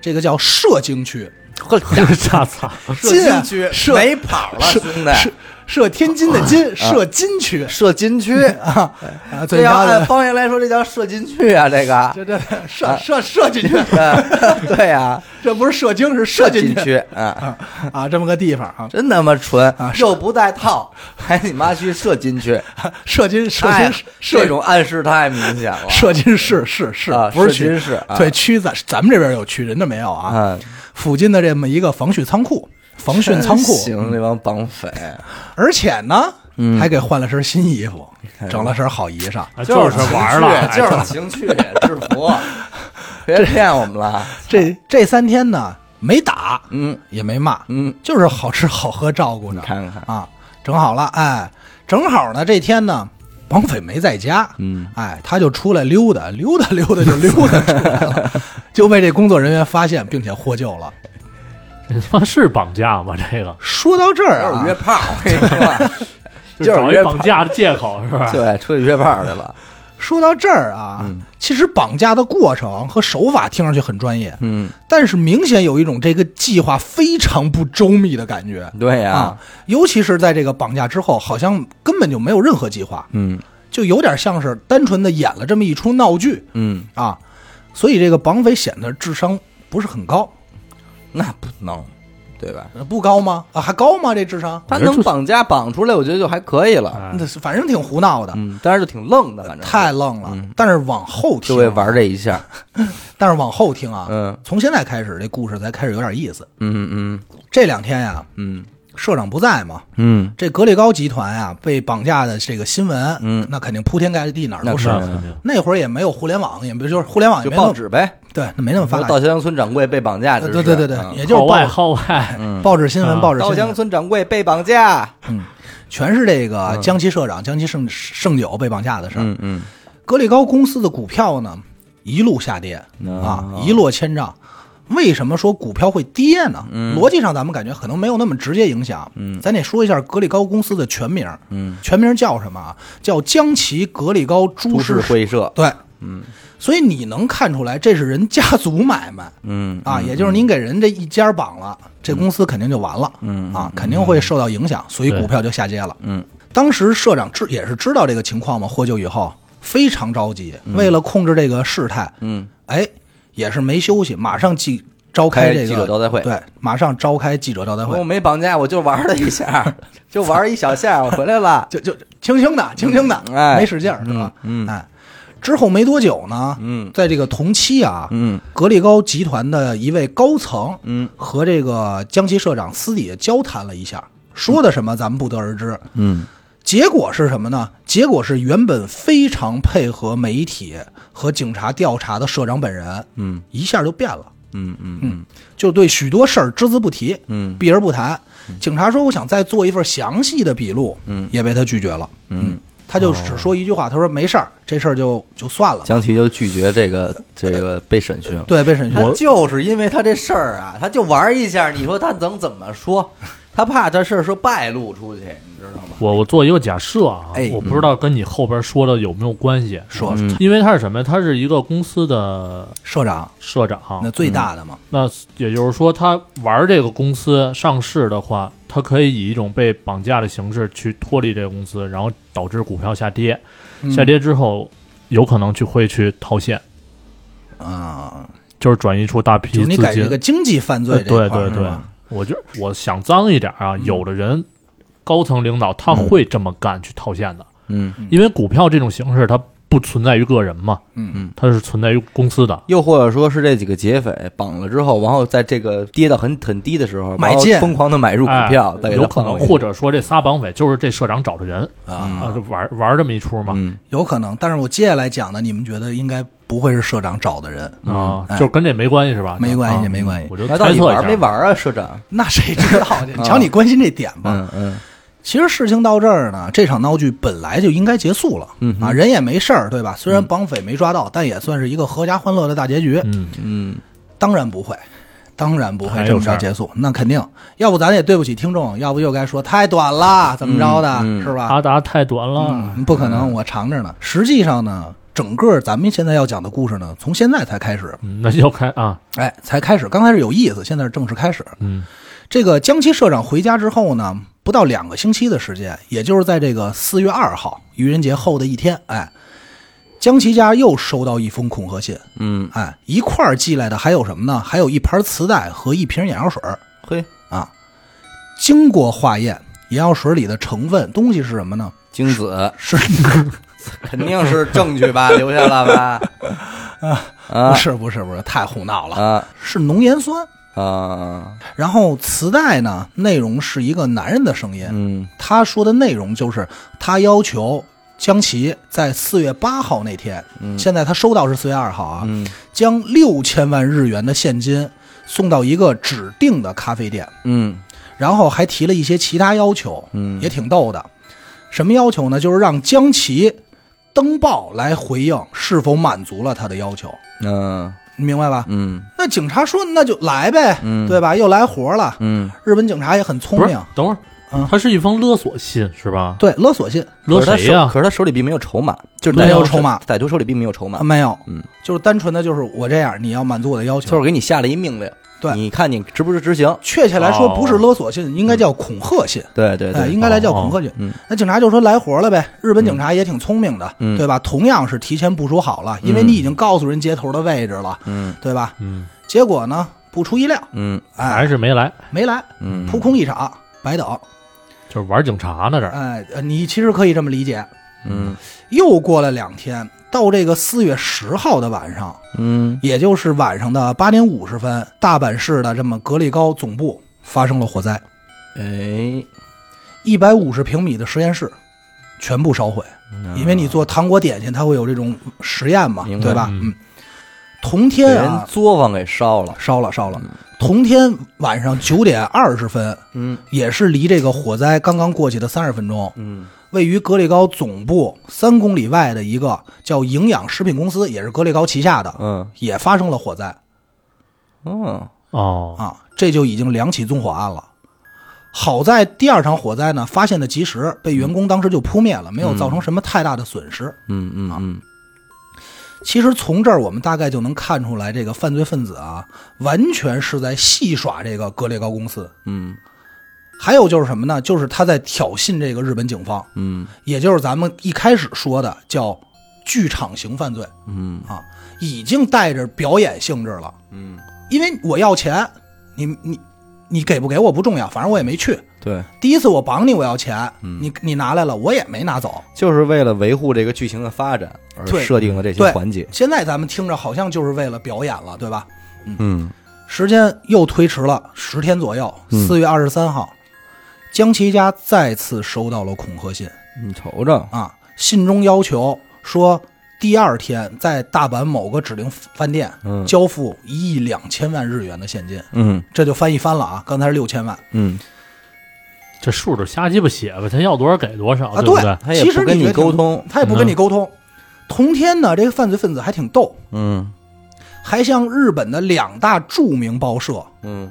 [SPEAKER 2] 这个叫摄津区，
[SPEAKER 3] 呵， *laughs* 吓惨！
[SPEAKER 1] 射
[SPEAKER 2] 进
[SPEAKER 1] 金
[SPEAKER 2] 啊
[SPEAKER 1] 区
[SPEAKER 2] 射
[SPEAKER 1] 没跑了，
[SPEAKER 2] 射
[SPEAKER 1] 兄弟啊
[SPEAKER 2] 摄，摄天津的津，摄津区
[SPEAKER 1] 射金区。
[SPEAKER 2] *laughs* 啊，
[SPEAKER 1] 这
[SPEAKER 2] 最
[SPEAKER 1] 要
[SPEAKER 2] 高
[SPEAKER 1] 按
[SPEAKER 2] 的
[SPEAKER 1] 方言来说，这叫射金区啊，这个。
[SPEAKER 2] *laughs* 这这摄摄摄进去，
[SPEAKER 1] 啊 *laughs* 对对呀，
[SPEAKER 2] 这不是摄津，是摄进
[SPEAKER 1] 进
[SPEAKER 2] 去
[SPEAKER 1] 区啊，
[SPEAKER 2] *laughs* 啊，这么个地方啊，
[SPEAKER 1] 真他妈纯
[SPEAKER 2] 啊，是
[SPEAKER 1] 又不带套，还你妈去射金
[SPEAKER 2] *laughs*
[SPEAKER 1] 区，
[SPEAKER 2] 摄津摄
[SPEAKER 1] 哎呀
[SPEAKER 2] 津
[SPEAKER 1] 这
[SPEAKER 2] 摄
[SPEAKER 1] 种暗示太明显了。
[SPEAKER 2] 射津市是是
[SPEAKER 1] 啊，
[SPEAKER 2] 不是
[SPEAKER 1] 射
[SPEAKER 2] 区
[SPEAKER 1] 津市啊
[SPEAKER 2] 对区咱咱们这边有区，人家没有啊。
[SPEAKER 1] 啊，
[SPEAKER 2] 附近的这么一个防汛仓库，防汛仓库
[SPEAKER 1] 真，行，这帮绑匪，
[SPEAKER 3] 啊
[SPEAKER 2] 而且呢，
[SPEAKER 1] 嗯
[SPEAKER 2] 还给换了身新衣服，
[SPEAKER 1] 哎
[SPEAKER 2] 整了身好衣裳。
[SPEAKER 3] 哎就是玩儿了，
[SPEAKER 1] 就
[SPEAKER 3] 哎
[SPEAKER 1] 是情趣制
[SPEAKER 2] *laughs*
[SPEAKER 1] 服，别骗我们了。
[SPEAKER 2] 这这三天呢，没打，
[SPEAKER 1] 嗯
[SPEAKER 2] 也没骂，
[SPEAKER 1] 嗯，
[SPEAKER 2] 就是好吃好喝照顾着。
[SPEAKER 1] 看看，
[SPEAKER 2] 啊，整好了，哎，整好呢，这天呢。绑匪没在家，
[SPEAKER 1] 嗯，
[SPEAKER 2] 哎，他就出来溜达，溜达溜达就溜达出来
[SPEAKER 1] *laughs*
[SPEAKER 2] 了，就被这工作人员发现，并且获救了。
[SPEAKER 3] 这哎他妈是绑架吗？这个
[SPEAKER 2] 说到这儿
[SPEAKER 1] 就是
[SPEAKER 2] 啊
[SPEAKER 1] 约，炮，我跟你
[SPEAKER 2] *laughs*
[SPEAKER 1] 说，就是
[SPEAKER 3] 找
[SPEAKER 1] 约
[SPEAKER 3] 一
[SPEAKER 1] 炮
[SPEAKER 3] 绑架的借口是吧？
[SPEAKER 1] 对，出去约炮去了。
[SPEAKER 2] 说到这儿啊，
[SPEAKER 1] 嗯
[SPEAKER 2] 其实绑架的过程和手法听上去很专业，
[SPEAKER 1] 嗯，
[SPEAKER 2] 但是明显有一种这个计划非常不周密的感觉
[SPEAKER 1] 对呀
[SPEAKER 2] 啊，，尤其是在这个绑架之后，好像根本就没有任何计划，
[SPEAKER 1] 嗯
[SPEAKER 2] 就有点像是单纯的演了这么一出闹剧
[SPEAKER 1] 嗯，
[SPEAKER 2] 啊，所以这个绑匪显得智商不是很高，
[SPEAKER 1] 那不能，对吧？
[SPEAKER 2] 呃不高吗？啊，还高吗？这智商？
[SPEAKER 1] 他
[SPEAKER 3] 我觉得
[SPEAKER 1] 能
[SPEAKER 3] 就
[SPEAKER 1] 绑架绑出来，我觉得就还可以了。
[SPEAKER 3] 哎
[SPEAKER 2] 那是反正挺胡闹的，
[SPEAKER 1] 啊嗯，但是就挺愣的，反正
[SPEAKER 2] 太愣了。但是往后
[SPEAKER 1] 就
[SPEAKER 2] 听
[SPEAKER 1] 为，玩这一下。
[SPEAKER 2] 但是往后听啊，
[SPEAKER 1] 嗯
[SPEAKER 2] 从现在开始这故事才开始有点意思。
[SPEAKER 1] 嗯嗯
[SPEAKER 2] 这两天呀、
[SPEAKER 1] 嗯
[SPEAKER 2] 社长不在嘛，
[SPEAKER 1] 嗯，
[SPEAKER 2] 这格力高集团呀、被绑架的这个新闻，
[SPEAKER 1] 嗯
[SPEAKER 2] 那肯定铺天盖地哪儿都是。
[SPEAKER 3] 那
[SPEAKER 1] 那
[SPEAKER 3] 肯定
[SPEAKER 2] 那会儿也没有互联网，也不就是互联网也
[SPEAKER 1] 就
[SPEAKER 2] 没那么
[SPEAKER 1] 报，纸呗，
[SPEAKER 2] 对，那没那么发
[SPEAKER 1] 说
[SPEAKER 2] 达。
[SPEAKER 1] 稻香村掌柜被绑架，
[SPEAKER 2] 对
[SPEAKER 1] 这是
[SPEAKER 2] 对对对对，
[SPEAKER 1] 嗯
[SPEAKER 2] 也就是
[SPEAKER 3] 号外
[SPEAKER 2] 报嗯
[SPEAKER 3] 号外，
[SPEAKER 2] 报纸新闻、
[SPEAKER 3] 啊
[SPEAKER 2] 报纸
[SPEAKER 1] 稻
[SPEAKER 2] 新
[SPEAKER 1] 香
[SPEAKER 2] 闻，
[SPEAKER 1] 村掌柜被绑架。
[SPEAKER 2] 全是这个江崎社长、江崎胜胜久被绑架的事儿。
[SPEAKER 1] 嗯
[SPEAKER 2] 格力高公司的股票呢，一路下跌啊，一落千丈。为什么说股票会跌呢？
[SPEAKER 1] 嗯
[SPEAKER 2] 逻辑上咱们感觉可能没有那么直接影响。嗯，咱得说一下格力高公司的全名。
[SPEAKER 1] 嗯，
[SPEAKER 2] 全名叫什么啊？叫江崎格力高株
[SPEAKER 1] 株式
[SPEAKER 2] 式
[SPEAKER 1] 会社。
[SPEAKER 2] 对，嗯，所以你能看出来，这是人家族买卖
[SPEAKER 1] 嗯
[SPEAKER 2] 啊，也就是您给人这一家绑了，这公司肯定就完了，嗯啊，肯定会受到影响，所以股票就下跌了。
[SPEAKER 1] 嗯，
[SPEAKER 2] 当时社长知也是知道这个情况嘛，获救以后非常着急，为了控制这个事态，
[SPEAKER 1] 嗯
[SPEAKER 2] 哎，也是没休息，马上记召开
[SPEAKER 1] 开
[SPEAKER 2] 这个
[SPEAKER 1] 记者招待会哦
[SPEAKER 2] 对，马上召开记者招待
[SPEAKER 1] 我
[SPEAKER 2] 会，
[SPEAKER 1] 没绑架，我就玩了一 *laughs* 下，就玩一小下，我回来了。 *laughs*
[SPEAKER 2] 就就轻轻的，轻轻的，
[SPEAKER 1] 嗯哎
[SPEAKER 2] 没使劲儿，是吧？
[SPEAKER 1] 嗯
[SPEAKER 2] 哎，之后没多久呢，
[SPEAKER 1] 嗯
[SPEAKER 2] 在这个同期啊，
[SPEAKER 1] 嗯
[SPEAKER 2] 格力高集团的一位高层，
[SPEAKER 1] 嗯，
[SPEAKER 2] 和这个江崎社长私底下交谈了一下，说的什么咱们不得而知。
[SPEAKER 1] 嗯
[SPEAKER 2] 结果是什么呢？结果是原本非常配合媒体和警察调查的社长本人，
[SPEAKER 1] 嗯
[SPEAKER 2] 一下就变了，
[SPEAKER 1] 嗯嗯
[SPEAKER 2] 就对许多事儿只字不提，
[SPEAKER 1] 嗯
[SPEAKER 2] 避而不谈。警察说我想再做一份详细的笔录，嗯，也被他拒绝了，嗯。他就只说一句话，他说没事儿，这事儿就就算了。
[SPEAKER 1] 江奇就拒绝这 *laughs* 个这个被审讯了。
[SPEAKER 2] 对，被审讯，
[SPEAKER 1] 他就是因为他这事儿啊，他就玩一下，你说他能怎么说？他怕这事儿说败露出去，你知道吗？
[SPEAKER 3] 我我做一个假设啊，
[SPEAKER 2] 哎
[SPEAKER 3] 我不知道跟你后边说的有没有关系，
[SPEAKER 2] 说
[SPEAKER 1] 嗯
[SPEAKER 3] 因为他是什么呀？他是一个公司的
[SPEAKER 2] 社长
[SPEAKER 1] 哦
[SPEAKER 3] 社
[SPEAKER 2] 那
[SPEAKER 3] 长，
[SPEAKER 2] 最大的嘛，
[SPEAKER 1] 嗯
[SPEAKER 3] 那也就是说，他玩这个公司上市的话，他可以以一种被绑架的形式去脱离这个公司，然后导致股票下跌，
[SPEAKER 2] 嗯
[SPEAKER 3] 下跌之后有可能去会去套现，
[SPEAKER 2] 啊，
[SPEAKER 3] 就是转移出大批
[SPEAKER 2] 就
[SPEAKER 3] 资
[SPEAKER 2] 你改这个
[SPEAKER 3] 金。
[SPEAKER 2] 经济犯罪
[SPEAKER 3] 呃
[SPEAKER 2] 这
[SPEAKER 3] 对
[SPEAKER 2] 一块儿
[SPEAKER 3] 对
[SPEAKER 2] 是
[SPEAKER 3] 对
[SPEAKER 2] 吧，嗯
[SPEAKER 3] 我觉得我想脏一点啊，有的人高层领导他会这么干去套现的，
[SPEAKER 1] 嗯，
[SPEAKER 3] 因为股票这种形式它不存在于个人嘛，
[SPEAKER 2] 嗯
[SPEAKER 1] 嗯，
[SPEAKER 3] 它是存在于公司的。
[SPEAKER 1] 又或者说是这几个劫匪绑了之后，然后在这个跌到很很低的时候，
[SPEAKER 2] 买
[SPEAKER 1] 然后
[SPEAKER 2] 进
[SPEAKER 1] 疯狂的买入股票，再
[SPEAKER 3] 哎、
[SPEAKER 1] 给它
[SPEAKER 3] 有可
[SPEAKER 1] 放，
[SPEAKER 3] 能
[SPEAKER 1] 回去
[SPEAKER 3] 或者说这仨绑匪就是这社长找的人
[SPEAKER 2] 啊，
[SPEAKER 3] 啊，就玩玩这么一出嘛、
[SPEAKER 1] 嗯
[SPEAKER 2] 有可能。但是我接下来讲的，你们觉得应该不会是社长找的人，
[SPEAKER 3] 啊
[SPEAKER 2] 哎，
[SPEAKER 3] 就跟这没关系是吧？
[SPEAKER 2] 没关系
[SPEAKER 3] 啊
[SPEAKER 2] 没关系
[SPEAKER 3] 我就
[SPEAKER 1] 那
[SPEAKER 3] 猜
[SPEAKER 1] 到
[SPEAKER 3] 测
[SPEAKER 1] 底
[SPEAKER 3] 一下
[SPEAKER 1] 玩没玩啊，社长？
[SPEAKER 2] 那谁知道去？你瞧，你关心这点吧。
[SPEAKER 1] 嗯嗯
[SPEAKER 2] 其实事情到这儿呢，这场闹剧本来就应该结束了，
[SPEAKER 1] 嗯哼
[SPEAKER 2] 啊，人也没事儿，对吧？虽然绑匪没抓到，但也算是一个合家欢乐的大结局。
[SPEAKER 3] 嗯，
[SPEAKER 1] 嗯，
[SPEAKER 2] 当然不会，当然不会
[SPEAKER 3] 还有
[SPEAKER 2] 这么
[SPEAKER 3] 事
[SPEAKER 2] 着
[SPEAKER 3] 儿
[SPEAKER 2] 结束，那肯定。要不咱也对不起听众，要不又该说太短了，怎么着的，
[SPEAKER 1] 嗯嗯
[SPEAKER 2] 是吧？
[SPEAKER 3] 阿达太短了，
[SPEAKER 2] 嗯，不可能，我尝着呢。实际上呢，整个咱们现在要讲的故事呢，从现在才开始，
[SPEAKER 3] 嗯那就开啊，
[SPEAKER 2] 哎，才开始。刚开始有意思，现在是正式开始。
[SPEAKER 3] 嗯
[SPEAKER 2] 这个江崎社长回家之后呢，不到两个星期的时间，也就是在这个四月二号愚人节后的一天，哎，江崎家又收到一封恐吓信，
[SPEAKER 1] 嗯，
[SPEAKER 2] 哎，一块儿寄来的还有什么呢？还有一盘磁带和一瓶眼药水儿
[SPEAKER 1] 嘿，
[SPEAKER 2] 啊。经过化验，眼药水里的成分东西是什么呢？
[SPEAKER 1] 精子 *laughs*
[SPEAKER 2] 是
[SPEAKER 1] 肯定是证据
[SPEAKER 3] *laughs*
[SPEAKER 1] 吧，留下了吧？
[SPEAKER 2] 不
[SPEAKER 1] 啊
[SPEAKER 2] 是不是不是太胡闹了？
[SPEAKER 1] 啊
[SPEAKER 2] 是浓盐酸。
[SPEAKER 1] 啊啊！
[SPEAKER 2] 然后磁带呢，内容是一个男人的声音，
[SPEAKER 1] 嗯
[SPEAKER 2] 他说的内容就是他要求江奇在四月八号那天，现在他收到是四月二号啊，
[SPEAKER 1] 嗯
[SPEAKER 2] 将六千万日元的现金送到一个指定的咖啡店，
[SPEAKER 1] 嗯
[SPEAKER 2] 然后还提了一些其他要求，
[SPEAKER 1] 嗯
[SPEAKER 2] 也挺逗的。什么要求呢？就是让江奇登报来回应是否满足了他的要求，
[SPEAKER 1] 嗯
[SPEAKER 2] 你明白吧？
[SPEAKER 1] 嗯
[SPEAKER 2] 那警察说那就来呗，
[SPEAKER 1] 嗯
[SPEAKER 2] 对吧？又来活了。
[SPEAKER 1] 嗯，
[SPEAKER 2] 日本警察也很聪
[SPEAKER 3] 不是
[SPEAKER 2] 明，，
[SPEAKER 3] 等会
[SPEAKER 2] 嗯
[SPEAKER 3] 儿，他是一封勒索信是吧？
[SPEAKER 2] 对勒索信
[SPEAKER 3] 勒
[SPEAKER 1] 可是他
[SPEAKER 3] 谁
[SPEAKER 1] 手
[SPEAKER 3] 呀、
[SPEAKER 1] 可是他手里并没有筹码，就是
[SPEAKER 2] 没
[SPEAKER 1] 歹
[SPEAKER 2] 有
[SPEAKER 1] 徒
[SPEAKER 2] 筹码
[SPEAKER 1] 歹徒手里并没有筹码
[SPEAKER 2] 啊，，没有，
[SPEAKER 1] 嗯，
[SPEAKER 2] 就是单纯的就是我这样，你要满足我的要
[SPEAKER 1] 就
[SPEAKER 2] 求。
[SPEAKER 1] 是给你下了一命令，
[SPEAKER 2] 对
[SPEAKER 1] 你看你执不执执行？
[SPEAKER 2] 确切来说，
[SPEAKER 3] 哦
[SPEAKER 2] 不是勒索信，应该叫恐吓信，
[SPEAKER 1] 对嗯对
[SPEAKER 2] 哎，
[SPEAKER 1] 对，
[SPEAKER 2] 应该来叫恐吓信
[SPEAKER 1] 嗯。
[SPEAKER 2] 那警察就说来活了呗。日本警察也挺聪明的，
[SPEAKER 1] 嗯
[SPEAKER 2] 对吧？同样是提前部署好了，因为你已经告诉人接头的位置了，
[SPEAKER 1] 嗯
[SPEAKER 2] 对吧？
[SPEAKER 3] 嗯，
[SPEAKER 2] 结果呢，不出意料，
[SPEAKER 1] 嗯
[SPEAKER 2] 哎
[SPEAKER 3] 还，是没来，
[SPEAKER 2] 没来，
[SPEAKER 1] 嗯，
[SPEAKER 2] 扑空一场，白等。
[SPEAKER 3] 就是玩警察呢这儿。
[SPEAKER 2] 哎，呃你其实可以这么理解。
[SPEAKER 1] 嗯
[SPEAKER 2] 又过了两天，到这个四月十号的晚上，
[SPEAKER 1] 嗯
[SPEAKER 2] 也就是晚上的八点五十分，大阪市的这么格力高总部发生了火灾，
[SPEAKER 1] 哎，
[SPEAKER 2] 一百五十平米的实验室全部烧毁，因为你做糖果点心，它会有这种实验嘛
[SPEAKER 1] 嗯明，白
[SPEAKER 2] 对吧？
[SPEAKER 3] 嗯
[SPEAKER 2] 嗯，同
[SPEAKER 1] 给
[SPEAKER 2] 天
[SPEAKER 1] 人
[SPEAKER 2] 啊，
[SPEAKER 1] 作坊给烧了，
[SPEAKER 2] 烧了烧了，同天晚上九点二十分，
[SPEAKER 1] 嗯
[SPEAKER 2] 也是离这个火灾刚刚过去的三十分钟，
[SPEAKER 1] 嗯
[SPEAKER 2] 位于格力高总部三公里外的一个叫营养食品公司，也是格力高旗下的，
[SPEAKER 1] 嗯
[SPEAKER 2] 也发生了火灾。
[SPEAKER 1] 嗯
[SPEAKER 3] 哦，
[SPEAKER 2] 啊，这就已经两起纵火案了。好在第二场火灾呢发现的及时，被员工当时就扑灭了，没有造成什么太大的损失。
[SPEAKER 1] 嗯嗯嗯，
[SPEAKER 2] 其实从这儿我们大概就能看出来，这个犯罪分子啊，完全是在戏耍这个格列高公司。
[SPEAKER 1] 嗯
[SPEAKER 2] 还有就是什么呢？就是他在挑衅这个日本警方，
[SPEAKER 1] 嗯
[SPEAKER 2] 也就是咱们一开始说的叫剧场型犯罪，啊
[SPEAKER 1] 嗯
[SPEAKER 2] 已经带着表演性质了。
[SPEAKER 1] 嗯，
[SPEAKER 2] 因为我要钱，你你你给不给我不重要，反正我也没去。
[SPEAKER 1] 对，
[SPEAKER 2] 第一次我绑你，我要钱，
[SPEAKER 1] 嗯
[SPEAKER 2] 你你拿来了，我也没拿走。
[SPEAKER 1] 就是为了维护这个剧情的发展而
[SPEAKER 2] 对
[SPEAKER 1] 设定的这
[SPEAKER 2] 对
[SPEAKER 1] 些环节，
[SPEAKER 2] 现在咱们听着好像就是为了表演了，对吧？
[SPEAKER 1] 嗯
[SPEAKER 2] 时间又推迟了十天左右，
[SPEAKER 1] 嗯
[SPEAKER 2] 四月二十三号，江崎家再次收到了恐吓信
[SPEAKER 1] 你瞅瞅，
[SPEAKER 2] 啊，信中要求说第二天在大阪某个指定饭店
[SPEAKER 1] 嗯
[SPEAKER 2] 交付一亿两千万日元的现金，
[SPEAKER 1] 嗯
[SPEAKER 2] 这就翻一翻了啊，刚才是六千万
[SPEAKER 1] 嗯，
[SPEAKER 3] 这数就瞎鸡巴写吧，他要多少给多
[SPEAKER 1] 哦
[SPEAKER 3] 少，
[SPEAKER 2] 啊，
[SPEAKER 3] 对不对？
[SPEAKER 1] 他也
[SPEAKER 2] 其实
[SPEAKER 1] 不跟
[SPEAKER 2] 你觉
[SPEAKER 1] 你
[SPEAKER 2] 得挺
[SPEAKER 1] 沟，通，
[SPEAKER 2] 他也不跟你沟通。同天呢，这个犯罪分子还挺逗，
[SPEAKER 1] 嗯
[SPEAKER 2] 还向日本的两大著名报社
[SPEAKER 1] 嗯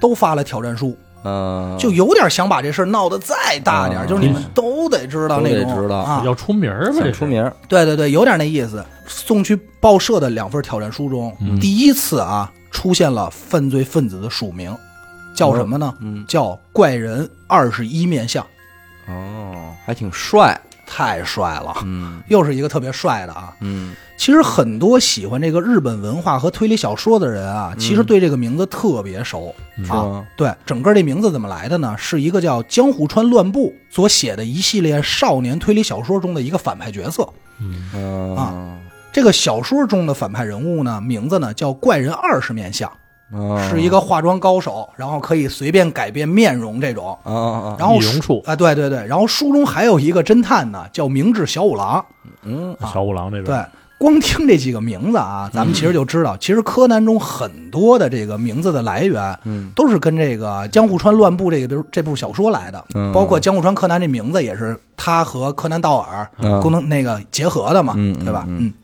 [SPEAKER 2] 都发了挑战书，
[SPEAKER 1] 嗯，
[SPEAKER 2] 就有点想把这事儿闹得再大点儿，
[SPEAKER 1] 嗯
[SPEAKER 2] 就是你们都得知道那
[SPEAKER 1] 都得
[SPEAKER 2] 种，
[SPEAKER 1] 知道
[SPEAKER 2] 啊，
[SPEAKER 3] 要出名儿吧？
[SPEAKER 1] 想
[SPEAKER 3] 这
[SPEAKER 1] 出
[SPEAKER 3] 是
[SPEAKER 1] 名儿，
[SPEAKER 2] 对对对，有点那意思。送去报社的两份挑战书中，
[SPEAKER 1] 嗯
[SPEAKER 2] 第一次啊出现了犯罪分子的署名，叫什么呢？
[SPEAKER 1] 嗯，
[SPEAKER 2] 叫怪人二十一面相，
[SPEAKER 1] 哦，还挺帅，
[SPEAKER 2] 太帅了，
[SPEAKER 1] 嗯
[SPEAKER 2] 又是一个特别帅的啊。
[SPEAKER 1] 嗯
[SPEAKER 2] 其实很多喜欢这个日本文化和推理小说的人啊，其实对这个名字特别熟、
[SPEAKER 1] 嗯是
[SPEAKER 2] 啊。
[SPEAKER 1] 吗？
[SPEAKER 2] 对，整个这名字怎么来的呢？是一个叫江户川乱步所写的一系列少年推理小说中的一个反派角色。
[SPEAKER 3] 嗯
[SPEAKER 1] 嗯
[SPEAKER 2] 这个小说中的反派人物呢，名字呢叫怪人二十面相，
[SPEAKER 1] 哦
[SPEAKER 2] 是一个化妆高手，然后可以随便改变面容这种。
[SPEAKER 1] 哦哦哦，
[SPEAKER 2] 然后
[SPEAKER 3] 啊易容
[SPEAKER 2] 书
[SPEAKER 3] 术
[SPEAKER 2] 啊，对对对，然后书中还有一个侦探呢，叫明智小五郎。
[SPEAKER 1] 嗯
[SPEAKER 2] 啊
[SPEAKER 3] 小五郎这边，
[SPEAKER 2] 对，光听这几个名字啊，咱们其实就知道，其实柯南中很多的这个名字的来源，
[SPEAKER 1] 嗯，
[SPEAKER 2] 都是跟这个江户川乱步这个比如这部小说来的，
[SPEAKER 1] 嗯
[SPEAKER 2] 包括江户川柯南这名字也是他和柯南道尔
[SPEAKER 1] 嗯
[SPEAKER 2] 功能那个结合的嘛，
[SPEAKER 1] 嗯
[SPEAKER 2] 对吧？
[SPEAKER 1] 嗯
[SPEAKER 2] 嗯。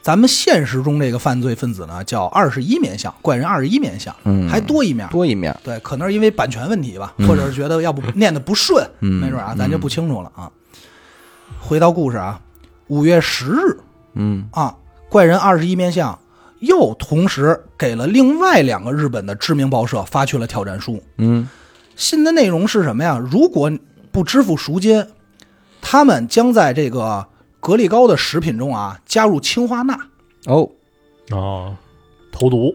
[SPEAKER 2] 咱们现实中这个犯罪分子呢，叫二十一面相，怪人二十一面相，
[SPEAKER 1] 嗯
[SPEAKER 2] 还多一面，
[SPEAKER 1] 多一面，
[SPEAKER 2] 对，可能是因为版权问题吧，或者是觉得要不念的不顺，
[SPEAKER 1] 嗯
[SPEAKER 2] 没准啊，咱就不清楚了啊。回到故事啊，五月十日
[SPEAKER 1] 嗯
[SPEAKER 2] 啊，怪人二十一面相又同时给了另外两个日本的知名报社发去了挑战书。
[SPEAKER 1] 嗯
[SPEAKER 2] 新的内容是什么呀？如果不支付赎金，他们将在这个格力高的食品中啊加入氰化钠。
[SPEAKER 1] 哦，
[SPEAKER 3] 哦，投毒，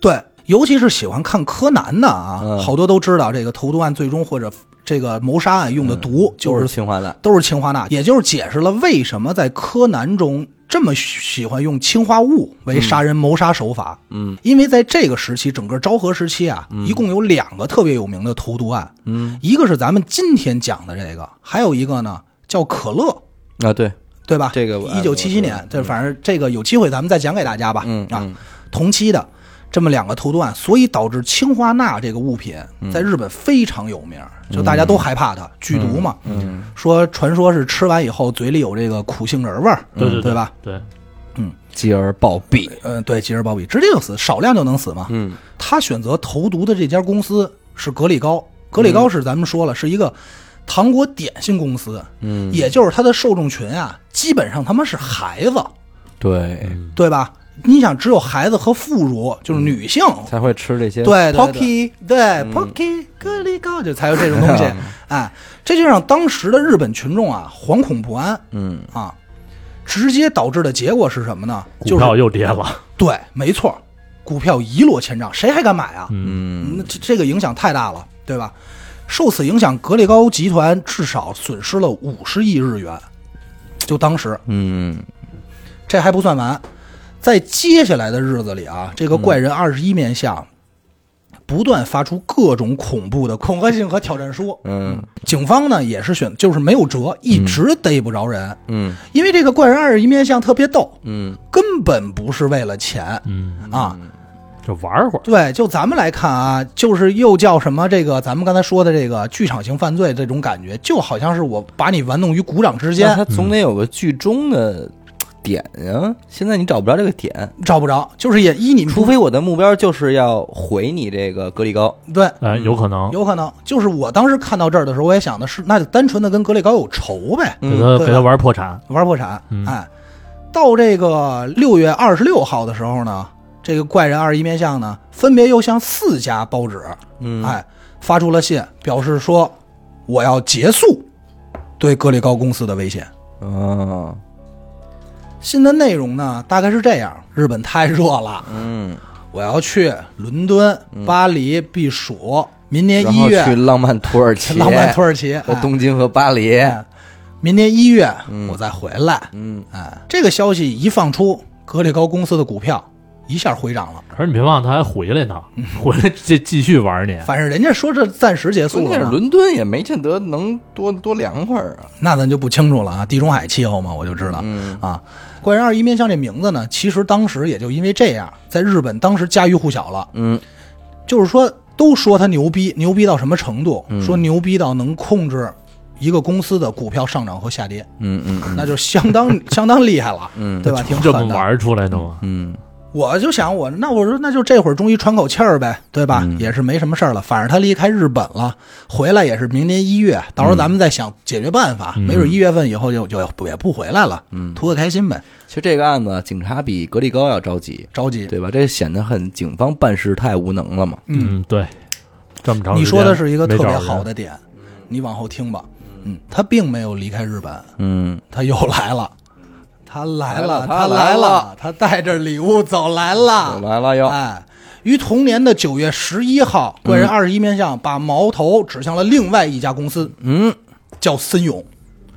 [SPEAKER 2] 对，尤其是喜欢看柯南的啊，
[SPEAKER 1] 嗯
[SPEAKER 2] 好多都知道这个投毒案最终或者这个谋杀案用的毒、就
[SPEAKER 1] 都
[SPEAKER 2] 是
[SPEAKER 1] 是氰化钠，
[SPEAKER 2] 都是氰化钠，也就是解释了为什么在柯南中这么喜欢用氰化物为杀人谋杀手法。
[SPEAKER 1] 嗯
[SPEAKER 2] 因为在这个时期，整个昭和时期啊，一共有两个特别有名的投毒案，
[SPEAKER 1] 嗯
[SPEAKER 2] 一个是咱们今天讲的这个，还有一个呢叫可乐，
[SPEAKER 1] 啊对，
[SPEAKER 2] 对吧？
[SPEAKER 1] 这个哎我
[SPEAKER 2] 一九七七
[SPEAKER 1] 我
[SPEAKER 2] 年
[SPEAKER 1] 知道，
[SPEAKER 2] 这反正这个有机会咱们再讲给大家吧。
[SPEAKER 1] 嗯
[SPEAKER 2] 啊，
[SPEAKER 1] 嗯
[SPEAKER 2] 同期的这么两个投毒案，所以导致氰化钠这个物品
[SPEAKER 1] 嗯
[SPEAKER 2] 在日本非常有名，就大家都害怕它剧毒嘛。
[SPEAKER 1] 嗯
[SPEAKER 2] 说传说是吃完以后嘴里有这个苦杏仁味儿，嗯
[SPEAKER 3] 对对
[SPEAKER 2] 对吧？？
[SPEAKER 3] 对，
[SPEAKER 1] 继而暴毙，
[SPEAKER 2] 嗯、对，吉尔鲍比直接就死，少量就能死嘛。
[SPEAKER 1] 嗯
[SPEAKER 2] 他选择投毒的这家公司是格力高，格力高是咱们说了是一个糖果点心公司，
[SPEAKER 1] 嗯
[SPEAKER 2] 也就是它的受众群啊，基本上他妈是孩子，
[SPEAKER 1] 对，
[SPEAKER 2] 对吧？你想，只有孩子和妇孺，就是女性，
[SPEAKER 1] 才会吃这些
[SPEAKER 2] 嗯对嗯对
[SPEAKER 1] Pocky，
[SPEAKER 2] 对对 Pocky 格力高就才有这种东 *laughs* 西，哎，这就让当时的日本群众啊惶恐不安
[SPEAKER 1] 嗯
[SPEAKER 2] 啊，直接导致的结果是什么呢？
[SPEAKER 3] 股
[SPEAKER 2] 就
[SPEAKER 3] 票
[SPEAKER 2] 是
[SPEAKER 3] 又跌了，
[SPEAKER 2] 对，没错，股票一落千丈，谁还敢买啊？
[SPEAKER 1] 嗯
[SPEAKER 2] 那这这个影响太大了，对吧？受此影响，格力高集团至少损失了五十亿日元，就当时
[SPEAKER 1] 嗯
[SPEAKER 2] 这还不算完，在接下来的日子里啊，这个怪人二十一面相不断发出各种恐怖的恐吓信和挑战书，
[SPEAKER 1] 嗯
[SPEAKER 2] 警方呢也是选就是没有辙，一直逮不着人，
[SPEAKER 1] 嗯
[SPEAKER 2] 因为这个怪人二十一面相特别逗，
[SPEAKER 1] 嗯
[SPEAKER 2] 根本不是为了钱
[SPEAKER 3] 嗯，
[SPEAKER 2] 啊。
[SPEAKER 3] 就玩会儿，
[SPEAKER 2] 对，就咱们来看啊，就是又叫什么这个，咱们刚才说的这个剧场型犯罪这种感觉，就好像是我把你玩弄于股掌之
[SPEAKER 1] 那
[SPEAKER 2] 间
[SPEAKER 1] 他，总得有个剧中的点呀，现在你找不着这个点，
[SPEAKER 2] 找不着，就是也依你
[SPEAKER 1] 除非我的目标就是要毁你这个格力高，
[SPEAKER 2] 对，
[SPEAKER 3] 哎，有可
[SPEAKER 2] 嗯
[SPEAKER 3] 能
[SPEAKER 2] 有可能就是我当时看到这儿的时候，我也想的是，那就单纯的跟格力高有仇呗，
[SPEAKER 3] 给
[SPEAKER 1] 嗯
[SPEAKER 3] 他
[SPEAKER 2] 对啊
[SPEAKER 3] 给
[SPEAKER 2] 吧
[SPEAKER 3] 他玩破产，
[SPEAKER 2] 玩破产。
[SPEAKER 3] 嗯
[SPEAKER 2] 哎，到这个六月二十六号的时候呢，这个怪人二十一面相呢，分别又向四家报纸，
[SPEAKER 1] 嗯
[SPEAKER 2] 哎，发出了信，表示说我要结束对格力高公司的威胁。嗯
[SPEAKER 1] 哦
[SPEAKER 2] 信的内容呢，大概是这样：日本太热了，
[SPEAKER 1] 嗯，
[SPEAKER 2] 我要去伦敦、巴黎避暑，明年
[SPEAKER 1] 然
[SPEAKER 2] 一
[SPEAKER 1] 后
[SPEAKER 2] 月
[SPEAKER 1] 去浪漫土耳其，
[SPEAKER 2] *laughs* 浪漫土耳其，
[SPEAKER 1] 和
[SPEAKER 2] 哎
[SPEAKER 1] 东京和巴黎，
[SPEAKER 2] 明年一月我再回来。
[SPEAKER 1] 嗯
[SPEAKER 2] 哎，这个消息一放出，格力高公司的股票一下回涨了。
[SPEAKER 3] 可是你别忘了他还回来呢，
[SPEAKER 2] 嗯
[SPEAKER 3] *laughs* 回来这继续玩你，
[SPEAKER 2] 反正人家说这暂时结
[SPEAKER 1] 关
[SPEAKER 2] 束
[SPEAKER 1] 键是
[SPEAKER 2] 了嘛，
[SPEAKER 1] 伦敦也没见得能多多凉快儿啊，
[SPEAKER 2] 那咱就不清楚了啊。地中海气候嘛，我就知道、
[SPEAKER 1] 嗯
[SPEAKER 2] 啊。怪人二一面相这名字呢，其实当时也就因为这样，在日本当时家喻户晓了。
[SPEAKER 1] 嗯
[SPEAKER 2] 就是说，都说他牛逼，牛逼到什么程度？
[SPEAKER 1] 嗯
[SPEAKER 2] 说牛逼到能控制一个公司的股票上涨和下跌，
[SPEAKER 1] 嗯嗯
[SPEAKER 2] 那就相当相当厉害了，
[SPEAKER 1] 嗯
[SPEAKER 2] 对吧？挺
[SPEAKER 3] 这
[SPEAKER 2] 狠
[SPEAKER 3] 么
[SPEAKER 2] 的。
[SPEAKER 3] 玩出来的吗？
[SPEAKER 1] 嗯
[SPEAKER 2] 我就想我那我说那就这会儿终于喘口气儿呗，对吧？也是没什么事儿了，反正他离开日本了，回来也是明年一月，到时候咱们再想解决办法，没准一月份以后就就也不回来了，嗯，图个开心呗，
[SPEAKER 1] 其实这个案子，警察比格力高要着急，
[SPEAKER 2] 着急。
[SPEAKER 1] 对吧？这显得很警方办事太无能了嘛。
[SPEAKER 3] 嗯，对，这么长时间
[SPEAKER 2] 你说的是一个特别
[SPEAKER 3] 没找人
[SPEAKER 2] 好的点，你往后听吧，嗯，他并没有离开日本，
[SPEAKER 1] 嗯，
[SPEAKER 2] 他又来了，他来
[SPEAKER 1] 来
[SPEAKER 2] 了，
[SPEAKER 1] 了他
[SPEAKER 2] 来
[SPEAKER 1] 来
[SPEAKER 2] 了
[SPEAKER 1] 了，
[SPEAKER 2] 他带着礼物走来了，
[SPEAKER 1] 来了又，
[SPEAKER 2] 哎，于同年的九月十一号，怪
[SPEAKER 3] 嗯
[SPEAKER 2] 人二十一面相把矛头指向了另外一家公司，
[SPEAKER 1] 嗯，
[SPEAKER 2] 叫森永。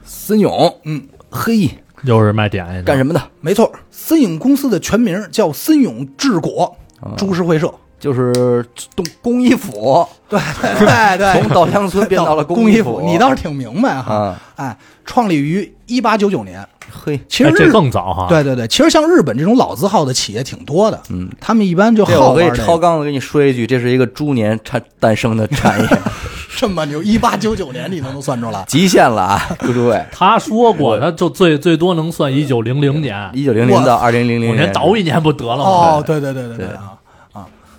[SPEAKER 1] 森永，
[SPEAKER 2] 嗯，
[SPEAKER 1] 嘿，
[SPEAKER 3] 又是卖点心的
[SPEAKER 1] 干什么的？
[SPEAKER 2] 没错，森永公司的全名叫森永制果
[SPEAKER 3] 啊
[SPEAKER 2] 株式会社。
[SPEAKER 1] 就是东工艺府，
[SPEAKER 2] 对对对，
[SPEAKER 1] *laughs* 从稻香村变到了
[SPEAKER 2] 工
[SPEAKER 1] 艺
[SPEAKER 2] 府，你倒是挺明白哈。
[SPEAKER 1] 啊，
[SPEAKER 2] 哎，创立于一八九九年，
[SPEAKER 1] 嘿，
[SPEAKER 2] 其实
[SPEAKER 3] 哎这
[SPEAKER 2] 日
[SPEAKER 3] 更早哈。
[SPEAKER 2] 对对对，其实像日本这种老字号的企业挺多的，嗯，他们一般就
[SPEAKER 1] 这
[SPEAKER 2] 好
[SPEAKER 1] 我
[SPEAKER 2] 玩
[SPEAKER 1] 可以
[SPEAKER 2] 这个
[SPEAKER 1] 超纲的给你说一句，这是一个猪年产诞生的产业， *laughs*
[SPEAKER 2] 这么牛，一八九九年你都能算出来。
[SPEAKER 1] 极限了啊，诸位，
[SPEAKER 3] 他说过，他就最最多能算一九零零年，
[SPEAKER 1] 一九零零到二零零
[SPEAKER 3] 我
[SPEAKER 1] 零
[SPEAKER 3] 连
[SPEAKER 1] 年，
[SPEAKER 3] 倒一年不得了吗？
[SPEAKER 2] 哦，对对对对对啊啊！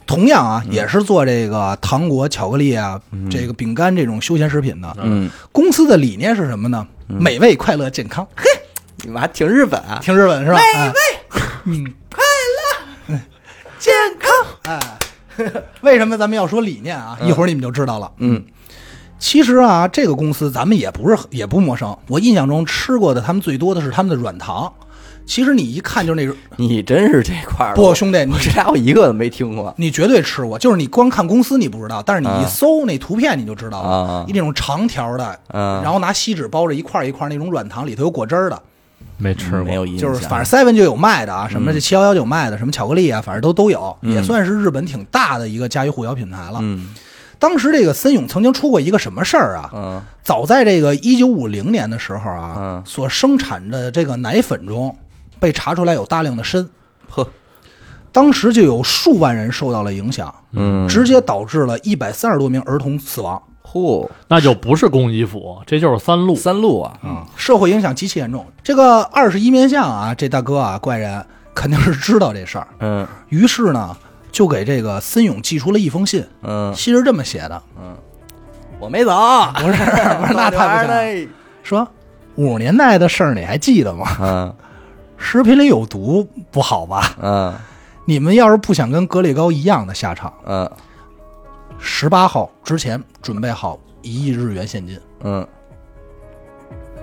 [SPEAKER 2] 同样啊，也是做这个糖果、巧克力啊，这个饼干这种休闲食品的。
[SPEAKER 1] 嗯，
[SPEAKER 2] 公司的理念是什么呢？美味、快乐、健康。嘿，
[SPEAKER 1] 你们还挺日本啊，
[SPEAKER 2] 听日本是吧？嗯美味、
[SPEAKER 1] 健康，
[SPEAKER 2] 哎 *laughs* 为什么咱们要说理念啊？一会儿你们就知道了。
[SPEAKER 1] 嗯，
[SPEAKER 2] 其实啊，这个公司咱们也不是也不陌生。我印象中吃过的，他们最多的是他们的软糖。其实你一看就是那种，
[SPEAKER 1] 你真是这块儿的，
[SPEAKER 2] 不兄弟，你
[SPEAKER 1] 我这家伙一个都没听过，
[SPEAKER 2] 你绝对吃过，就是你光看公司你不知道，但是你一搜那图片你就知道了，
[SPEAKER 1] 啊
[SPEAKER 2] 一那种长条的，
[SPEAKER 1] 啊
[SPEAKER 2] 然后拿锡纸包着一块儿一块儿那种软糖，里头有果汁儿的，
[SPEAKER 3] 没吃
[SPEAKER 1] 没有
[SPEAKER 3] 过，
[SPEAKER 1] 印
[SPEAKER 2] 就
[SPEAKER 1] 象，
[SPEAKER 2] *laughs* 是反正 seven 就有卖的啊，
[SPEAKER 1] 嗯
[SPEAKER 2] 什么这七幺幺九卖的，什么巧克力啊，反正都都有，也算是日本挺大的一个家喻户晓品牌了。
[SPEAKER 1] 嗯
[SPEAKER 2] 当时这个森永曾经出过一个什么事儿啊？
[SPEAKER 1] 嗯
[SPEAKER 2] 早在这个一九五零年的时候啊，
[SPEAKER 1] 嗯
[SPEAKER 2] 所生产的这个奶粉中被查出来有大量的砷，
[SPEAKER 1] 呵，
[SPEAKER 2] 当时就有数万人受到了影响。
[SPEAKER 1] 嗯，
[SPEAKER 2] 直接导致了一百三十多名儿童死亡，
[SPEAKER 1] 嚯，
[SPEAKER 3] 那就不是工衣服，这就是三鹿。
[SPEAKER 1] 三鹿啊，嗯，
[SPEAKER 2] 社会影响极其严重。这个二十一面相啊，这大哥啊，怪人肯定是知道这事儿，
[SPEAKER 1] 嗯
[SPEAKER 2] 于是呢，就给这个森永寄出了一封信，
[SPEAKER 1] 嗯，
[SPEAKER 2] *laughs* 信是这么写
[SPEAKER 1] *laughs*
[SPEAKER 2] 的，
[SPEAKER 1] 我 *laughs* 没走，不是
[SPEAKER 2] 不
[SPEAKER 1] *laughs*
[SPEAKER 2] 是那太不行，
[SPEAKER 1] 行。
[SPEAKER 2] 说五十年代的事儿你还记得吗？
[SPEAKER 1] 嗯
[SPEAKER 2] 食品里有毒不好吧？
[SPEAKER 1] 嗯
[SPEAKER 2] 你们要是不想跟格力高一样的下场，
[SPEAKER 1] 嗯
[SPEAKER 2] 十八号之前准备好一亿日元现金。
[SPEAKER 1] 嗯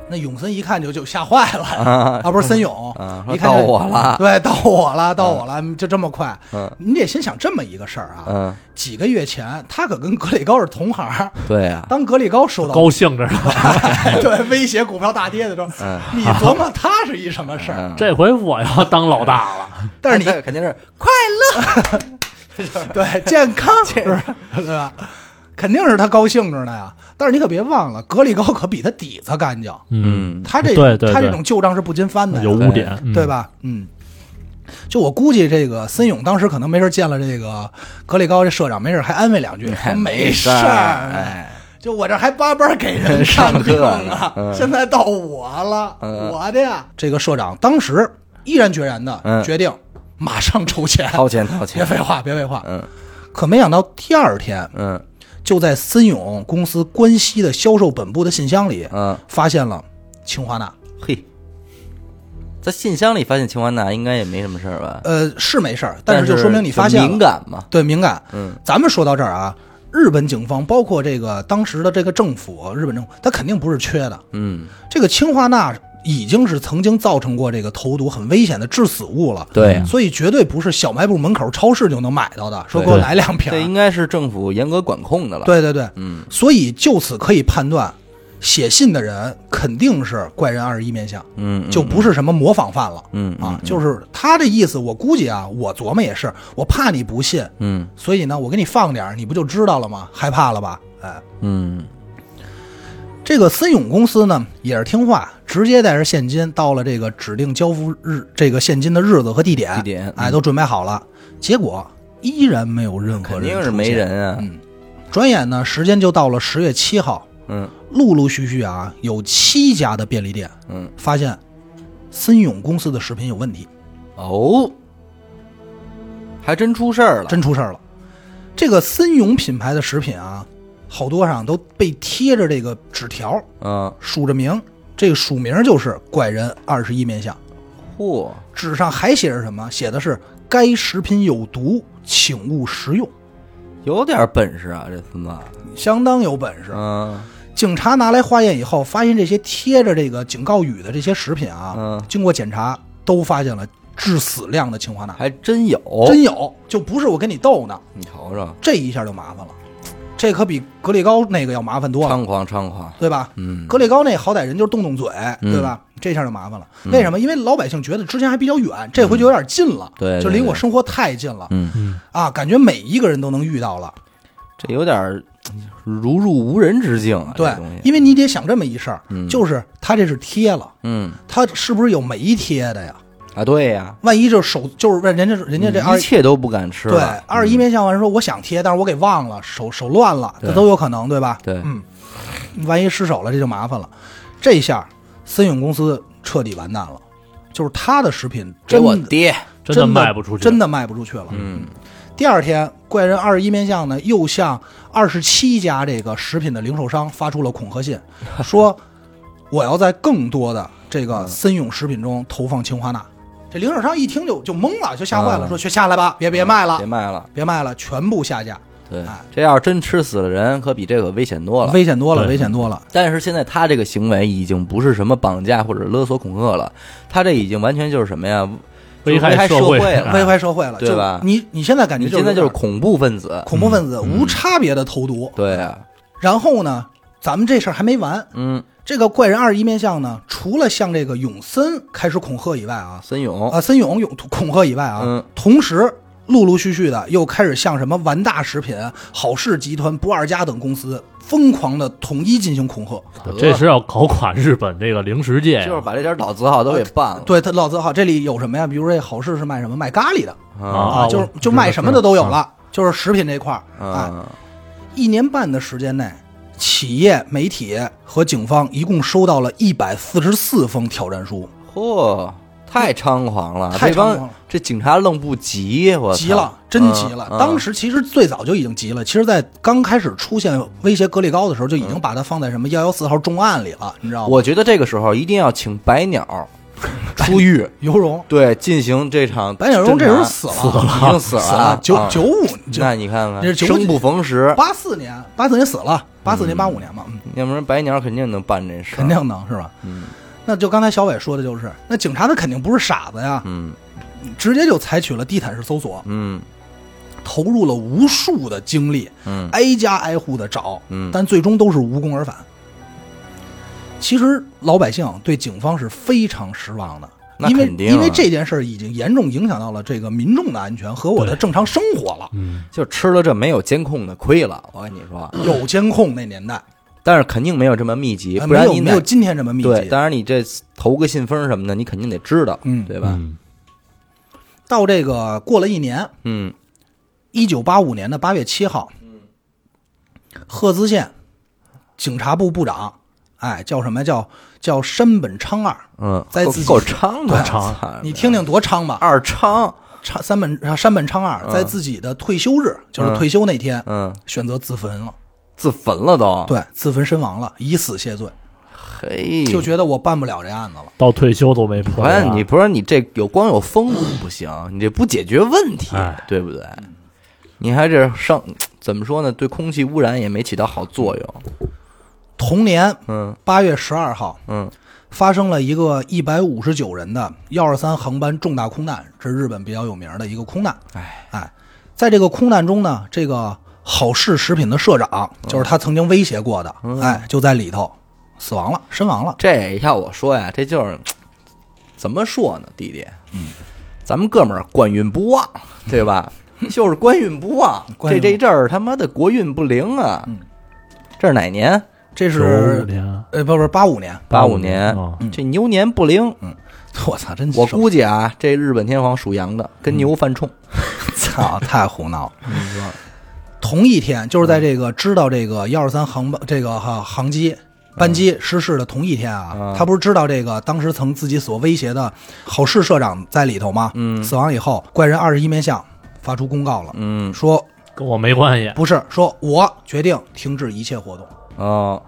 [SPEAKER 2] 那永森一看就就吓坏了
[SPEAKER 1] 啊
[SPEAKER 2] *laughs* 啊，不是森永
[SPEAKER 1] *laughs* 啊，说
[SPEAKER 2] 一看
[SPEAKER 1] 到
[SPEAKER 2] 就
[SPEAKER 1] 我了
[SPEAKER 2] 对，到我了，到我了，就这么快。
[SPEAKER 1] 嗯
[SPEAKER 2] 你得先想这么一个事儿啊，
[SPEAKER 1] 嗯，
[SPEAKER 2] 几个月前他可跟格里高是同行，
[SPEAKER 1] 对啊
[SPEAKER 2] *laughs*
[SPEAKER 1] 呀，
[SPEAKER 2] 当格里高收到
[SPEAKER 3] 高兴着呢， *laughs*
[SPEAKER 2] *laughs* 对威胁股票大跌的时候，
[SPEAKER 1] 嗯
[SPEAKER 2] 你琢磨他是一什么事儿？
[SPEAKER 1] 嗯，
[SPEAKER 3] 这回我要当老大了。
[SPEAKER 2] 但是你
[SPEAKER 1] 哎那肯定是
[SPEAKER 2] 快乐，对健康是吧 *laughs* 对吧？肯定是他高兴着呢呀。但是你可别忘了，格里高可比他底子干净，
[SPEAKER 1] 嗯
[SPEAKER 2] 他这
[SPEAKER 3] 对对
[SPEAKER 2] 他这
[SPEAKER 3] 对
[SPEAKER 2] 种旧账是不禁翻的呀，
[SPEAKER 3] 有污点，嗯
[SPEAKER 2] 对？吧？嗯，就我估计这个森永当时可能没事见了这个格力高这社长，没事还安慰两句，说没事
[SPEAKER 1] 没事
[SPEAKER 2] 儿
[SPEAKER 1] 儿，
[SPEAKER 2] 哎，就我这还巴巴给人上病
[SPEAKER 1] 上课
[SPEAKER 2] 呢
[SPEAKER 1] 呢，
[SPEAKER 2] 现在到我了，
[SPEAKER 1] 嗯
[SPEAKER 2] 我的呀。这个社长当时毅然决然的
[SPEAKER 1] 嗯
[SPEAKER 2] 决定马上筹钱，
[SPEAKER 1] 掏钱掏
[SPEAKER 2] 别 *laughs*
[SPEAKER 1] 钱，
[SPEAKER 2] 废话，别废话。
[SPEAKER 1] 嗯
[SPEAKER 2] 可没想到第二天，
[SPEAKER 1] 嗯
[SPEAKER 2] 就在森永公司关西的销售本部的信箱里，
[SPEAKER 1] 嗯，
[SPEAKER 2] 发现了氰化钠。
[SPEAKER 1] 嘿，在信箱里发现秦欢娜应该也没什么事儿吧？
[SPEAKER 2] 呃，是没事儿，但
[SPEAKER 1] 但
[SPEAKER 2] 是就说明你发现了
[SPEAKER 1] 敏感嘛，
[SPEAKER 2] 对，敏感。
[SPEAKER 1] 嗯，
[SPEAKER 2] 咱们说到这儿啊，日本警方包括这个当时的这个政府，日本政府，它肯定不是缺的。
[SPEAKER 1] 嗯，
[SPEAKER 2] 这个氰化钠已经是曾经造成过这个投毒很危险的致死物了，
[SPEAKER 1] 对呀，
[SPEAKER 2] 所以绝对不是小卖部门口、超市就能买到的。说
[SPEAKER 1] 对
[SPEAKER 2] 给我来两瓶
[SPEAKER 1] 这应
[SPEAKER 2] 儿，
[SPEAKER 1] 该是政府严格管控的了。，
[SPEAKER 2] 对对对，
[SPEAKER 1] 嗯
[SPEAKER 2] 所以就此可以判断，写信的人肯定是怪人二十一面相，
[SPEAKER 1] 嗯，
[SPEAKER 2] 就不是什么模仿犯了。
[SPEAKER 1] 嗯
[SPEAKER 2] 啊，就是他这意思，我估计啊，我琢磨也是，我怕你不信，
[SPEAKER 1] 嗯
[SPEAKER 2] 所以呢，我给你放点儿，你不就知道了吗？害怕了吧？哎，
[SPEAKER 1] 嗯
[SPEAKER 2] 这个森永公司呢也是听话，直接带着现金到了这个指定交付日，这个现金的日子和地点，
[SPEAKER 1] 地点嗯
[SPEAKER 2] 哎，都准备好了。结果依然没有任何
[SPEAKER 1] 肯
[SPEAKER 2] 人，
[SPEAKER 1] 定是没。人啊。
[SPEAKER 2] 转眼呢，时间就到了十月七号，
[SPEAKER 1] 嗯
[SPEAKER 2] 陆陆续续啊，有七家的便利店
[SPEAKER 1] 嗯，
[SPEAKER 2] 发现森永公司的食品有问题。
[SPEAKER 1] 哦，还真出事儿了。
[SPEAKER 2] 真出事儿了。这个森永品牌的食品啊，好多上都被贴着这个纸条，
[SPEAKER 1] 嗯，
[SPEAKER 2] 署着名，这个署名就是“怪人二十一面相
[SPEAKER 1] 嚯，”。
[SPEAKER 2] 纸上还写着什么？写的是“该食品有毒，请勿食用
[SPEAKER 1] 有点本事啊，这孙子。”，
[SPEAKER 2] 相当有本事。
[SPEAKER 1] 嗯
[SPEAKER 2] 警察拿来化验以后，发现这些贴着这个警告语的这些食品啊，
[SPEAKER 1] 嗯，
[SPEAKER 2] 经过检查都发现了致死量的氰化钠，
[SPEAKER 1] 还真有。
[SPEAKER 2] 真有，就不是我跟你逗呢。
[SPEAKER 1] 你瞅瞅，
[SPEAKER 2] 这一下就麻烦了，这可比格力高那个要麻烦多了，
[SPEAKER 1] 猖狂猖狂。
[SPEAKER 2] 对吧？
[SPEAKER 1] 嗯，
[SPEAKER 2] 格力高那好歹人就是动动嘴，
[SPEAKER 1] 嗯
[SPEAKER 2] 对吧？这下就麻烦了。为什么？因为老百姓觉得之前还比较远，这回就有点近了，
[SPEAKER 1] 嗯对对
[SPEAKER 2] 就离
[SPEAKER 1] 对
[SPEAKER 2] 我生活太近了
[SPEAKER 1] 嗯，哎
[SPEAKER 3] 嗯，
[SPEAKER 2] 啊！感觉每一个人都能遇到了，
[SPEAKER 1] 这有点儿如入无人之境啊，
[SPEAKER 2] 对
[SPEAKER 1] 这东，西。
[SPEAKER 2] 因为你得想这么一事儿，
[SPEAKER 1] 嗯
[SPEAKER 2] 就是他这是贴了，
[SPEAKER 1] 嗯
[SPEAKER 2] 他是不是有没贴的呀？
[SPEAKER 1] 啊，对呀，
[SPEAKER 2] 万一就是手就是问人家人家这二
[SPEAKER 1] 一切都不敢吃
[SPEAKER 2] 对
[SPEAKER 1] 了。
[SPEAKER 2] 二十一面相完说我想贴，但是我给忘了，手手乱了，
[SPEAKER 1] 对
[SPEAKER 2] 这都有可能，对吧？
[SPEAKER 1] 对
[SPEAKER 2] 嗯，万一失手了，这就麻烦了。这下森永公司彻底完蛋了，就是他的食品
[SPEAKER 1] 给
[SPEAKER 2] 真
[SPEAKER 1] 我
[SPEAKER 2] 的
[SPEAKER 1] 爹。
[SPEAKER 3] 真
[SPEAKER 2] 的
[SPEAKER 3] 卖不出去，
[SPEAKER 2] 真的卖不出去了。
[SPEAKER 1] 嗯
[SPEAKER 2] 第二天，怪人二十一面相呢又向二十七家这个食品的零售商发出了恐
[SPEAKER 1] *laughs*
[SPEAKER 2] 吓信，说我要在更多的这个森永食品中投放氰化钠。这零售商一听就就懵了，就吓坏了，
[SPEAKER 1] 嗯
[SPEAKER 2] 说去下来吧，别别卖了
[SPEAKER 1] 别，卖了。
[SPEAKER 2] 别卖了，全部下架，
[SPEAKER 1] 对
[SPEAKER 2] 哎，
[SPEAKER 1] 这要是真吃死了人，可比这个危险多了。
[SPEAKER 2] 危险多了，
[SPEAKER 3] 对
[SPEAKER 2] 危险多了。
[SPEAKER 1] 但是现在他这个行为已经不是什么绑架或者勒索恐吓了，他这已经完全就是什么呀？就
[SPEAKER 3] 危
[SPEAKER 1] 是
[SPEAKER 3] 害
[SPEAKER 1] 社
[SPEAKER 3] 会，
[SPEAKER 1] 了。
[SPEAKER 3] *laughs*
[SPEAKER 2] 危害社会了，
[SPEAKER 1] 对
[SPEAKER 2] 就
[SPEAKER 1] 吧
[SPEAKER 2] 你你现在感觉
[SPEAKER 1] 你
[SPEAKER 2] 就是
[SPEAKER 1] 现在就是
[SPEAKER 2] 有点
[SPEAKER 1] 恐怖分子。
[SPEAKER 2] 恐怖分子
[SPEAKER 1] 嗯
[SPEAKER 2] 无差别的投毒，
[SPEAKER 1] 对啊，
[SPEAKER 2] 然后呢，咱们这事儿还没完。
[SPEAKER 1] 嗯，
[SPEAKER 2] 这个怪人二十一面相呢，除了向这个永森开始恐吓以外啊，
[SPEAKER 1] 孙勇，
[SPEAKER 3] 哎
[SPEAKER 2] 啊，森永永恐吓以外啊，
[SPEAKER 1] 哦嗯
[SPEAKER 2] 同时陆陆续续的又开始向什么完大食品、好事集团、不二家等公司疯狂的统一进行恐吓。
[SPEAKER 3] 这是要搞垮日本这个零食界呀，
[SPEAKER 1] 就是把这点老字号都给办了。
[SPEAKER 2] 啊对他老字号这里有什么呀？比如这好事是卖什么？卖咖喱的
[SPEAKER 1] 啊，
[SPEAKER 3] 啊
[SPEAKER 2] 就是
[SPEAKER 3] 我
[SPEAKER 2] 就卖什么的都有了，
[SPEAKER 3] 知
[SPEAKER 2] 就是食品这块儿啊、
[SPEAKER 1] 嗯
[SPEAKER 2] 一年半的时间内。企业、媒体和警方一共收到了一百四十四封挑战书，
[SPEAKER 1] 嚯，太猖狂了！
[SPEAKER 2] 太
[SPEAKER 1] 这帮
[SPEAKER 2] 猖狂了
[SPEAKER 1] 这警察愣不急，我操
[SPEAKER 2] 急了，真急了。
[SPEAKER 1] 嗯
[SPEAKER 2] 当时其实最早就已经急了，其实，在刚开始出现威胁格力高的时候，就已经把它放在什么幺幺四号重案里了，你知道吗？
[SPEAKER 1] 我觉得这个时候一定要请白鸟出
[SPEAKER 2] *laughs*
[SPEAKER 1] 狱，
[SPEAKER 2] 尤荣，
[SPEAKER 1] 对，进行这场
[SPEAKER 2] 白鸟荣这时候死了，
[SPEAKER 1] 侦查已经死了
[SPEAKER 2] 死
[SPEAKER 1] 啊，
[SPEAKER 2] 九
[SPEAKER 1] 啊
[SPEAKER 2] 九五九
[SPEAKER 1] 那你看
[SPEAKER 2] 这
[SPEAKER 1] 看，
[SPEAKER 2] 是九
[SPEAKER 1] 生
[SPEAKER 2] 几
[SPEAKER 1] 不逢时，
[SPEAKER 2] 八四年，八四年死了，八四年八五年嘛，嗯
[SPEAKER 1] 要不然白鸟肯定能办这事儿，
[SPEAKER 2] 肯定能是吧？
[SPEAKER 1] 嗯
[SPEAKER 2] 那就刚才小伟说的就是，那警察他肯定不是傻子呀，
[SPEAKER 1] 嗯
[SPEAKER 2] 直接就采取了地毯式搜索，
[SPEAKER 1] 嗯
[SPEAKER 2] 投入了无数的精力，
[SPEAKER 1] 嗯
[SPEAKER 2] 挨家挨户的找，
[SPEAKER 1] 嗯
[SPEAKER 2] 但最终都是无功而返。其实老百姓对警方是非常失望的，
[SPEAKER 1] 那
[SPEAKER 2] 因为
[SPEAKER 1] 肯定啊
[SPEAKER 2] 因为这件事儿已经严重影响到了这个民众的安全和我的正常生活了。
[SPEAKER 3] 嗯，
[SPEAKER 1] 就吃了这没有监控的亏了，我跟你说，
[SPEAKER 2] 有监控那年代，
[SPEAKER 1] 但是肯定没有这么密集，
[SPEAKER 2] 呃
[SPEAKER 1] 不
[SPEAKER 2] 没
[SPEAKER 1] 然
[SPEAKER 2] 有
[SPEAKER 1] 你
[SPEAKER 2] 没
[SPEAKER 1] 哪
[SPEAKER 2] 有今天这么密
[SPEAKER 1] 对，
[SPEAKER 2] 集。
[SPEAKER 1] 当然你这投个信封什么的，你肯定得知道，
[SPEAKER 2] 嗯
[SPEAKER 1] 对吧？
[SPEAKER 3] 嗯
[SPEAKER 2] 到这个过了一年，
[SPEAKER 1] 嗯
[SPEAKER 2] 一九八五年的八月七号，赫兹县警察部部长，哎，叫什么叫叫山本昌二，
[SPEAKER 1] 嗯，
[SPEAKER 2] 在
[SPEAKER 1] 够
[SPEAKER 2] 自己
[SPEAKER 1] 够猖的，
[SPEAKER 3] 够猖
[SPEAKER 1] 操
[SPEAKER 2] 你听听多昌吧，
[SPEAKER 1] 啊二猖，
[SPEAKER 2] 昌山本啊山本昌二在自己的退休日，就是退休那天，
[SPEAKER 1] 嗯，啊
[SPEAKER 2] 选择自焚了，
[SPEAKER 1] 自焚了都，，
[SPEAKER 2] 对，自焚身亡了，以死谢罪，
[SPEAKER 1] 嘿，
[SPEAKER 2] 就觉得我办不了这案子了。
[SPEAKER 3] 到退休都没破
[SPEAKER 1] 我
[SPEAKER 3] 案，
[SPEAKER 1] 看你不是你这有光有风度不行，你这不解决问题，
[SPEAKER 3] 哎
[SPEAKER 1] 对不对？你还这上怎么说呢？对空气污染也没起到好作用。
[SPEAKER 2] 同年
[SPEAKER 1] 嗯
[SPEAKER 2] 八月十二号，
[SPEAKER 1] 嗯，
[SPEAKER 2] 发生了一个一百五十九人的幺二三航班重大空难，这是日本比较有名的一个空难。
[SPEAKER 1] 哎，
[SPEAKER 2] 哎，在这个空难中呢，这个好事食品的社长，
[SPEAKER 1] 嗯
[SPEAKER 2] 就是他曾经威胁过的，哎，就在里头死亡了，身亡了。
[SPEAKER 1] 这要我说呀，这就是怎么说呢，弟弟，嗯，咱们哥们儿官运不旺，对吧？ *laughs* 就是官运不旺，
[SPEAKER 2] 官
[SPEAKER 1] 这
[SPEAKER 2] 运
[SPEAKER 1] 这阵儿他妈的国运不灵啊。这是哪年？
[SPEAKER 2] 这
[SPEAKER 3] 九五
[SPEAKER 2] 是
[SPEAKER 3] 年
[SPEAKER 2] 呃，不不是八五年， *laughs*
[SPEAKER 1] 八
[SPEAKER 3] 85
[SPEAKER 1] 年哦嗯
[SPEAKER 3] 年啊，
[SPEAKER 1] 这牛年不灵。
[SPEAKER 2] 我操，真
[SPEAKER 1] 我
[SPEAKER 2] 受
[SPEAKER 1] 估计啊，这日本天皇属羊的，跟牛犯冲。
[SPEAKER 2] 操，太
[SPEAKER 1] *laughs*
[SPEAKER 2] 胡闹了！同一天，就是在这个知道这个幺二三航班这个哈航
[SPEAKER 1] 嗯
[SPEAKER 2] 机班机失事的同一天啊，他不是知道这个当时曾自己所威胁的好事社长在里头吗？嗯，死亡以后，怪人二十一面相发出公告了，
[SPEAKER 1] 嗯
[SPEAKER 2] 说
[SPEAKER 3] 跟我没关系。
[SPEAKER 2] 不是，说我决定停止一切活动。
[SPEAKER 1] 哦，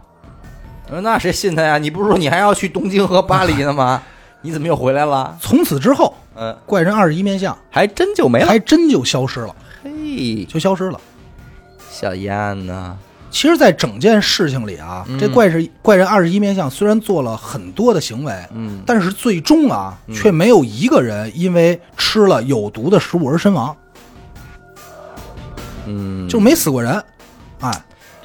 [SPEAKER 1] 呃那谁信他呀？你不是说你还要去东京和巴黎呢吗？ *laughs* 你怎么又回来了？
[SPEAKER 2] 从此之后，
[SPEAKER 1] 嗯、
[SPEAKER 2] 怪人二十一面相
[SPEAKER 1] 还真就没了。
[SPEAKER 2] 还真就消失了，
[SPEAKER 1] 嘿，
[SPEAKER 2] 就消失了。
[SPEAKER 1] 小燕呐，
[SPEAKER 2] 其实，在整件事情里啊，
[SPEAKER 1] 嗯
[SPEAKER 2] 这怪是怪人二十一面相虽然做了很多的行为，
[SPEAKER 1] 嗯，
[SPEAKER 2] 但是最终啊，却没有一个人因为吃了有毒的食物而身亡，
[SPEAKER 1] 嗯，
[SPEAKER 2] 就没死过人。哎，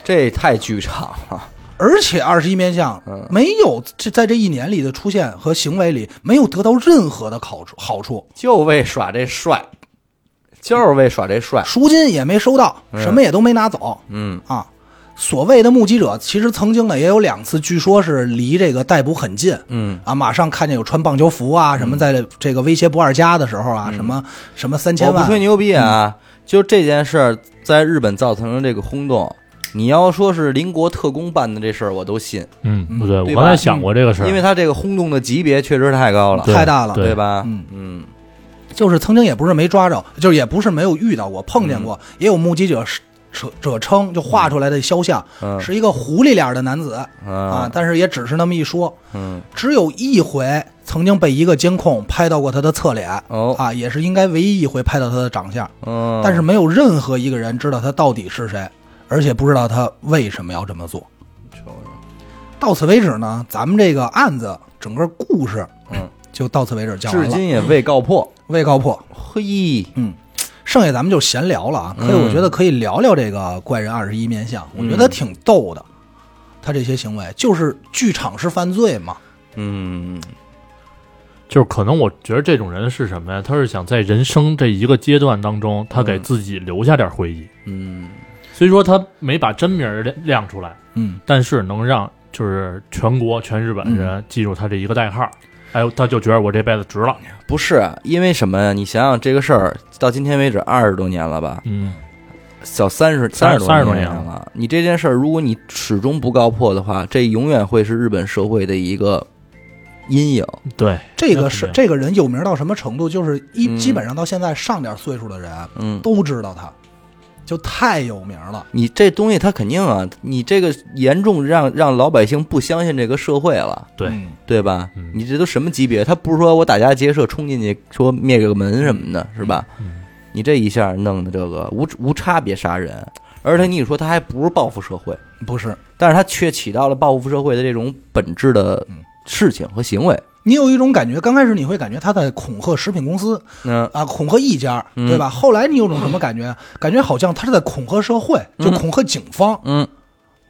[SPEAKER 1] 这太剧场了。
[SPEAKER 2] 而且二十一面相
[SPEAKER 1] 嗯
[SPEAKER 2] 没有这在这一年里的出现和行为里没有得到任何的好处好处，
[SPEAKER 1] 就为耍这帅，就是为耍这帅。
[SPEAKER 2] 赎金也没收到，什么也都没拿走
[SPEAKER 1] 哎嗯
[SPEAKER 2] 啊。所谓的目击者，其实曾经呢也有两次，据说是离这个逮捕很近，
[SPEAKER 1] 嗯
[SPEAKER 2] 啊，马上看见有穿棒球服啊，什么在这个威胁不二家的时候啊，什么什么
[SPEAKER 1] 嗯
[SPEAKER 2] 三
[SPEAKER 1] 我
[SPEAKER 2] 千
[SPEAKER 1] 不
[SPEAKER 2] 万，嗯
[SPEAKER 1] 吹牛逼啊，就这件事儿在日本造成了这个轰动。你要说是邻国特工办的这事儿，我都信，
[SPEAKER 3] 嗯，不对，
[SPEAKER 1] 对
[SPEAKER 3] 我
[SPEAKER 1] 吧
[SPEAKER 3] 刚才想过这个事儿，
[SPEAKER 1] 因为他这个轰动的级别确实太高了，
[SPEAKER 3] 对
[SPEAKER 2] 太大了
[SPEAKER 1] 对
[SPEAKER 3] 对？
[SPEAKER 1] 吧？
[SPEAKER 2] 嗯
[SPEAKER 1] 嗯
[SPEAKER 2] 就是曾经也不是没抓着，就是也不是没有遇到过，碰见过，
[SPEAKER 1] 嗯
[SPEAKER 2] 也有目击者是者者称，就画出来的肖像、
[SPEAKER 1] 嗯
[SPEAKER 2] 是一个狐狸脸的男子、啊，
[SPEAKER 1] 啊
[SPEAKER 2] 但是也只是那么一说，
[SPEAKER 1] 嗯
[SPEAKER 2] 只有一回曾经被一个监控拍到过他的侧脸，
[SPEAKER 1] 哦
[SPEAKER 2] 啊，也是应该唯一一回拍到他的长相，
[SPEAKER 1] 嗯，
[SPEAKER 2] 但是没有任何一个人知道他到底是谁，而且不知道他为什么要这么做。到此为止呢，咱们这个案子整个故事，
[SPEAKER 1] 嗯，
[SPEAKER 2] 就到此为止讲完
[SPEAKER 1] 至
[SPEAKER 2] 了，
[SPEAKER 1] 今也未告破。
[SPEAKER 2] 未告破。
[SPEAKER 1] 嘿，
[SPEAKER 2] 嗯，剩下咱们就闲聊了啊。
[SPEAKER 1] 嗯
[SPEAKER 2] 可以，我觉得可以聊聊这个怪人二十一面相，我觉
[SPEAKER 1] 嗯
[SPEAKER 2] 得挺逗的。他这些行为就是剧场式犯罪嘛，
[SPEAKER 1] 嗯
[SPEAKER 3] 就是可能我觉得这种人是什么呀？他是想在人生这一个阶段当中，他给自己留下点回忆。
[SPEAKER 1] 嗯
[SPEAKER 3] 虽说他没把真名儿亮亮出来，
[SPEAKER 2] 嗯，
[SPEAKER 3] 但是能让就是全国全日
[SPEAKER 1] 嗯
[SPEAKER 3] 本人记住他这一个代号。哎，他就觉得我这辈子值了。，
[SPEAKER 1] 不是，因为什么呀？你想想这个事儿，到今天为止二十多年了吧？
[SPEAKER 3] 嗯，
[SPEAKER 1] 小三十
[SPEAKER 3] 三
[SPEAKER 1] 十
[SPEAKER 3] 十三十多
[SPEAKER 1] 年
[SPEAKER 3] 年了
[SPEAKER 1] 了。你这件事儿，如果你始终不告破的话，这永远会是日本社会的一个阴
[SPEAKER 3] *laughs*
[SPEAKER 1] 影。
[SPEAKER 3] 嗯对，
[SPEAKER 2] 这
[SPEAKER 3] 那
[SPEAKER 2] 个
[SPEAKER 3] 肯
[SPEAKER 2] 是
[SPEAKER 3] 定
[SPEAKER 2] 这个人有名到什么程度？就是一、
[SPEAKER 1] 嗯
[SPEAKER 2] 基本上到现在上点岁数的人
[SPEAKER 1] 嗯，
[SPEAKER 2] 都知道他，就太有名了。
[SPEAKER 1] 你这东西它肯定啊，你这个严重让让老百姓不相信这个社会了，
[SPEAKER 3] 对
[SPEAKER 2] 嗯
[SPEAKER 1] 对吧
[SPEAKER 3] 嗯？
[SPEAKER 1] 你这都什么级别？他不是说我打家劫舍冲进去说灭个门什么的，是吧？
[SPEAKER 3] 嗯，
[SPEAKER 1] 你这一下弄的这个无无差别杀人，而且你说他还不是报复社会，
[SPEAKER 2] 不是，
[SPEAKER 1] 但是他却起到了报复社会的这种本质的
[SPEAKER 3] 嗯
[SPEAKER 1] 事情和行为。
[SPEAKER 2] 你有一种感觉，刚开始你会感觉他在恐吓食品公司
[SPEAKER 1] 嗯
[SPEAKER 2] 啊，恐吓一家，
[SPEAKER 1] 嗯
[SPEAKER 2] 对吧？后来你有种什么感觉？感觉好像他是在恐吓社会，就恐吓警方。
[SPEAKER 1] 嗯，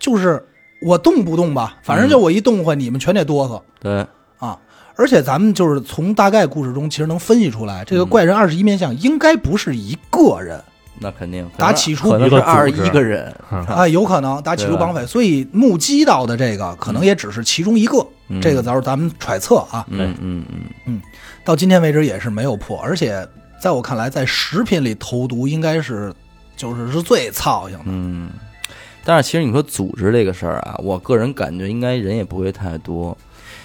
[SPEAKER 2] 就是我动不动吧，反正就我一动换，你们全得哆嗦
[SPEAKER 1] 对，
[SPEAKER 2] 啊。而且咱们就是从大概故事中，其实能分析出来，这
[SPEAKER 1] 嗯
[SPEAKER 2] 个怪人二十一面相应该不是一个人
[SPEAKER 1] 那肯定可能
[SPEAKER 2] 打起初
[SPEAKER 1] 可能是
[SPEAKER 3] 一个组织
[SPEAKER 1] 二十一个人。啊
[SPEAKER 2] 啊，有可能打起初绑匪，所以目击到的这个可能也只是其中一个。
[SPEAKER 1] 嗯
[SPEAKER 2] 这个到时候咱们揣测啊，
[SPEAKER 1] 嗯嗯嗯，
[SPEAKER 2] 到今天为止也是没有破。而且在我看来，在食品里投毒应该是就是是最操性的。
[SPEAKER 1] 嗯但是其实你说组织这个事儿啊，我个人感觉应该人也不会太多。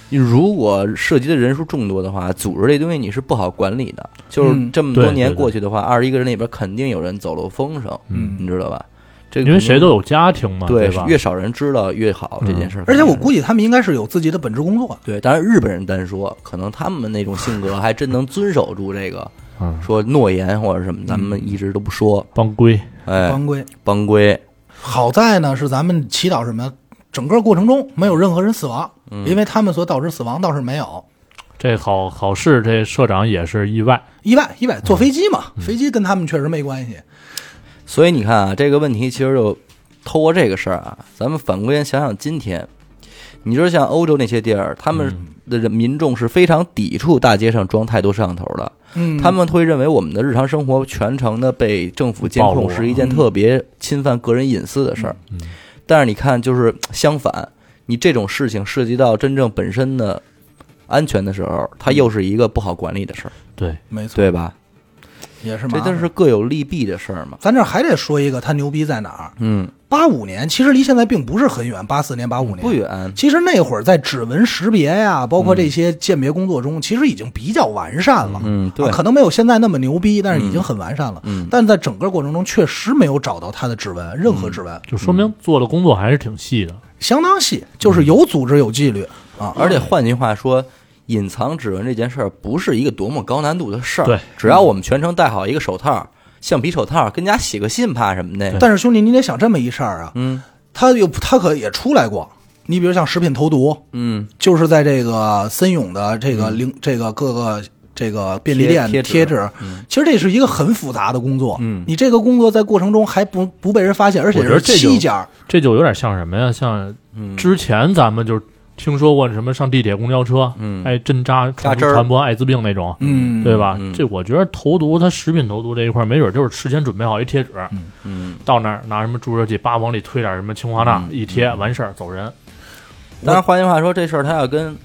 [SPEAKER 1] 你如果涉及的人数众多的话，组织这东西你是不好管理的。就是
[SPEAKER 2] 嗯
[SPEAKER 1] 这么多
[SPEAKER 3] 对
[SPEAKER 1] 年
[SPEAKER 3] 对对
[SPEAKER 1] 过去的话，二十一个人里边肯定有人走漏风声，
[SPEAKER 2] 嗯
[SPEAKER 1] 你知道吧？这个
[SPEAKER 3] 因为
[SPEAKER 1] 肯定
[SPEAKER 3] 谁都有家庭嘛，
[SPEAKER 1] 嗯对
[SPEAKER 3] 吧？嗯
[SPEAKER 1] 越少人知道越好这件事儿。
[SPEAKER 2] 而且我估计他们应该是有自己的本职工作的。
[SPEAKER 1] 对，当然日本人单说，可能他们那种性格还真能遵守住这个，
[SPEAKER 3] 嗯，
[SPEAKER 1] 说诺言或者什么，咱们
[SPEAKER 2] 嗯
[SPEAKER 1] 一直都不说。
[SPEAKER 3] 帮规，
[SPEAKER 1] 哎，
[SPEAKER 2] 帮规，
[SPEAKER 1] 帮规，
[SPEAKER 2] 好在呢是咱们祈祷什么，整个过程中没有任何人死亡，
[SPEAKER 1] 嗯
[SPEAKER 2] 因为他们所导致死亡倒是没有
[SPEAKER 3] 这好好事，这社长也是意外。
[SPEAKER 2] 意外。意外坐
[SPEAKER 1] 嗯
[SPEAKER 2] 飞机嘛，飞机跟他们确实没关系。
[SPEAKER 1] 所以你看啊，这个问题其实就透过这个事儿啊，咱们反过来想想今天，你说像欧洲那些地儿，他们的人民众是非常抵触大街上装太多摄像头的，
[SPEAKER 2] 嗯，
[SPEAKER 1] 他们会认为我们的日常生活全程的被政府监
[SPEAKER 3] 暴露
[SPEAKER 1] 控
[SPEAKER 3] 了
[SPEAKER 1] 是一件特别侵犯个人隐私的事儿。
[SPEAKER 2] 嗯
[SPEAKER 1] 但是你看，就是相反，你这种事情涉及到真正本身的安全的时候，它又是一个不好管理的事儿，
[SPEAKER 2] 嗯
[SPEAKER 3] 对，
[SPEAKER 2] 没错，
[SPEAKER 1] 对吧？
[SPEAKER 2] 也是
[SPEAKER 1] 这
[SPEAKER 2] 嘛。
[SPEAKER 1] 都是各有利弊的事儿嘛。
[SPEAKER 2] 咱这还得说一个他牛逼在哪儿，
[SPEAKER 1] 嗯
[SPEAKER 2] 八五年其实离现在并不是很远，八四年、八五年
[SPEAKER 1] 不。远，嗯
[SPEAKER 2] 其实那会儿在指纹识别呀，包括这些鉴别工作中，其实已经比较完善了。
[SPEAKER 1] 嗯，对
[SPEAKER 2] 啊，，可能没有现在那么牛逼，但是已经很完善了。
[SPEAKER 1] 嗯
[SPEAKER 2] 但在整个过程中，确实没有找到他的指纹，任何指纹，
[SPEAKER 3] 就说明做的工作还是挺细的。
[SPEAKER 2] 相当细，就是有组织有纪律啊。
[SPEAKER 1] 而且换句话说，隐藏指纹这件事儿不是一个多么高难度的事儿，
[SPEAKER 3] 对，
[SPEAKER 1] 只要我们全程戴好一个手套，橡皮手套，跟人家写个信怕什么的，
[SPEAKER 2] 但是兄弟，你得想这么一事儿啊，
[SPEAKER 1] 嗯
[SPEAKER 2] 他有他可也出来过。你比如像食品投毒，
[SPEAKER 1] 嗯，
[SPEAKER 2] 就是在这个森永的这个零、这个各个这个便利
[SPEAKER 1] 贴
[SPEAKER 2] 店
[SPEAKER 1] 贴纸
[SPEAKER 2] 贴纸，其实这是一个很复杂的工作。
[SPEAKER 1] 嗯
[SPEAKER 2] 你这个工作在过程中还不不被人发现，而且
[SPEAKER 3] 我觉得
[SPEAKER 2] 是
[SPEAKER 3] 这就
[SPEAKER 2] 七家，
[SPEAKER 3] 这就有点像什么呀？像之前咱们就听说过什么上地铁、公交车，
[SPEAKER 1] 嗯
[SPEAKER 3] 哎，针扎
[SPEAKER 1] 扎
[SPEAKER 3] 传
[SPEAKER 1] 针儿
[SPEAKER 3] 传播艾滋病那种，
[SPEAKER 2] 嗯，
[SPEAKER 3] 对吧？
[SPEAKER 1] 嗯
[SPEAKER 3] 这我觉得投毒，它食品投毒这一块儿，没准就是事先准备好一贴纸，
[SPEAKER 1] 嗯，
[SPEAKER 3] 到那儿拿什么注射器，叭往里推点什么氰化钠，一贴完事儿走人。
[SPEAKER 1] 当然换句话说，这事儿他要跟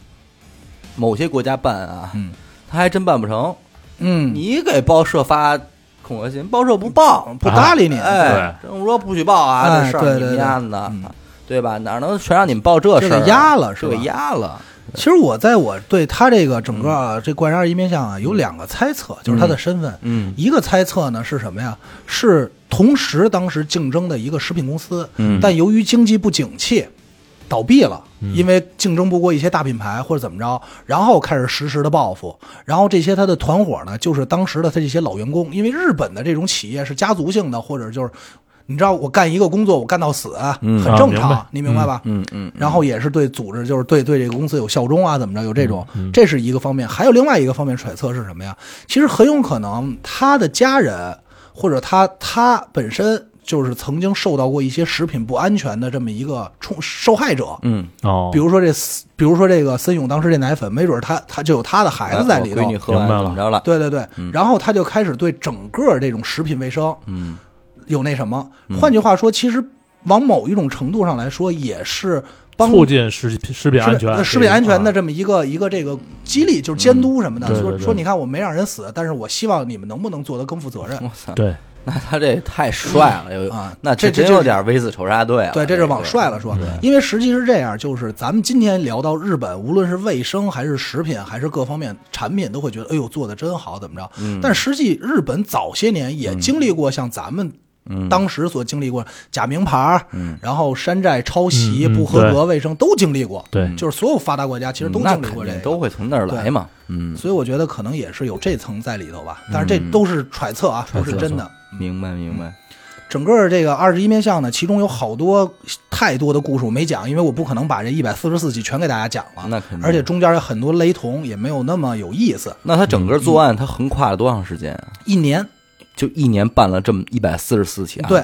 [SPEAKER 1] 某些国家办啊，
[SPEAKER 2] 嗯
[SPEAKER 1] 他还真办不成，
[SPEAKER 2] 嗯，
[SPEAKER 1] 你给报社发恐吓信，报社不报，
[SPEAKER 2] 不搭理你，啊
[SPEAKER 1] 哎，政府说不许报啊，
[SPEAKER 2] 哎
[SPEAKER 1] 这事
[SPEAKER 2] 对
[SPEAKER 1] 儿你
[SPEAKER 2] 对
[SPEAKER 1] 们
[SPEAKER 2] 对
[SPEAKER 1] 丫的
[SPEAKER 2] 嗯，
[SPEAKER 1] 对吧？哪能全让你们报这
[SPEAKER 2] 就
[SPEAKER 1] 事儿
[SPEAKER 2] 给
[SPEAKER 1] 啊？
[SPEAKER 2] 压了是
[SPEAKER 1] 就
[SPEAKER 2] 吧
[SPEAKER 1] 给？压了，
[SPEAKER 2] 其实我在我对他这个整个啊这怪人一面相啊，有两个猜测，就是他的身份。
[SPEAKER 1] 嗯
[SPEAKER 2] 一个猜测呢是什么呀？是同时当时竞争的一个食品公司，
[SPEAKER 1] 嗯
[SPEAKER 2] 但由于经济不景气，倒闭了，因为竞争不过一些大品牌或者怎么着，然后开始实时的报复，然后这些他的团伙呢，就是当时的他这些老员工，因为日本的这种企业是家族性的，或者就是你知道我干一个工作我干到死，很正常，
[SPEAKER 3] 啊
[SPEAKER 2] 你明白吧？
[SPEAKER 1] 嗯嗯
[SPEAKER 2] 然后也是对组织，就是对对这个公司有效忠啊，怎么着有这种，
[SPEAKER 1] 嗯
[SPEAKER 2] 这是一个方面。还有另外一个方面揣测是什么呀？其实很有可能他的家人或者他他本身就是曾经受到过一些食品不安全的这么一个冲受害者，
[SPEAKER 1] 嗯，
[SPEAKER 3] 哦，
[SPEAKER 2] 比如说这，比如说这个森永当时这奶粉，没准他他就有他的孩子在里
[SPEAKER 1] 哎我
[SPEAKER 2] 头
[SPEAKER 1] 闺女，喝嗯完
[SPEAKER 3] 明白了
[SPEAKER 1] 怎么着了？
[SPEAKER 2] 对对对，然后他就开始对整个这种食品卫生，
[SPEAKER 1] 嗯，
[SPEAKER 2] 有那什么。换句话说，其实往某一种程度上来说，也是帮
[SPEAKER 3] 促进食品食品安全，啊
[SPEAKER 2] 食品安全的这么一个一个这个激励，就是监督什么的。
[SPEAKER 3] 嗯对对
[SPEAKER 2] 说
[SPEAKER 3] 对
[SPEAKER 2] 说，你看我没让人死，但是我希望你们能不能做得更负责任
[SPEAKER 1] 我操，
[SPEAKER 3] 对，
[SPEAKER 1] 那 *laughs* 他这太帅了，有
[SPEAKER 2] 啊？
[SPEAKER 1] 那
[SPEAKER 2] 这
[SPEAKER 1] 真有点猥琐仇杀队了。
[SPEAKER 2] 对，这
[SPEAKER 1] 这
[SPEAKER 2] 是往帅了说，
[SPEAKER 3] 嗯
[SPEAKER 2] 因为实际是这样，就是咱们今天聊到日本，无论是卫生还是食品，还是各方面产品，都会觉得哎呦做的真好，怎么着？
[SPEAKER 1] 嗯
[SPEAKER 2] 但实际日本早些年也经历过像咱们。
[SPEAKER 1] 嗯
[SPEAKER 2] 当时所经历过假名牌儿，然后山寨抄袭、
[SPEAKER 3] 嗯嗯
[SPEAKER 2] 不合格、卫生都经历过，
[SPEAKER 3] 对
[SPEAKER 2] 就是所有发达国家其实都
[SPEAKER 1] 嗯那
[SPEAKER 2] 经历
[SPEAKER 1] 肯
[SPEAKER 2] 过这个，
[SPEAKER 1] 定都会从那儿来嘛。嗯，
[SPEAKER 2] 所以我觉得可能也是有这层在里头吧，但是这都是揣测啊，不是真的。
[SPEAKER 1] 明白明
[SPEAKER 2] 嗯
[SPEAKER 1] 白。
[SPEAKER 2] 整个这个二十一面相呢，其中有好多太多的故事我没讲，因为我不可能把这一百四十四集全给大家讲了，
[SPEAKER 1] 那肯定
[SPEAKER 2] 啊而且中间有很多雷同，也没有那么有意思。
[SPEAKER 1] 那他
[SPEAKER 2] 嗯
[SPEAKER 1] 整个作案，他横跨了多长时间啊？
[SPEAKER 2] 一年，
[SPEAKER 1] 就一年办了这么一百四十四起案，
[SPEAKER 2] 对，，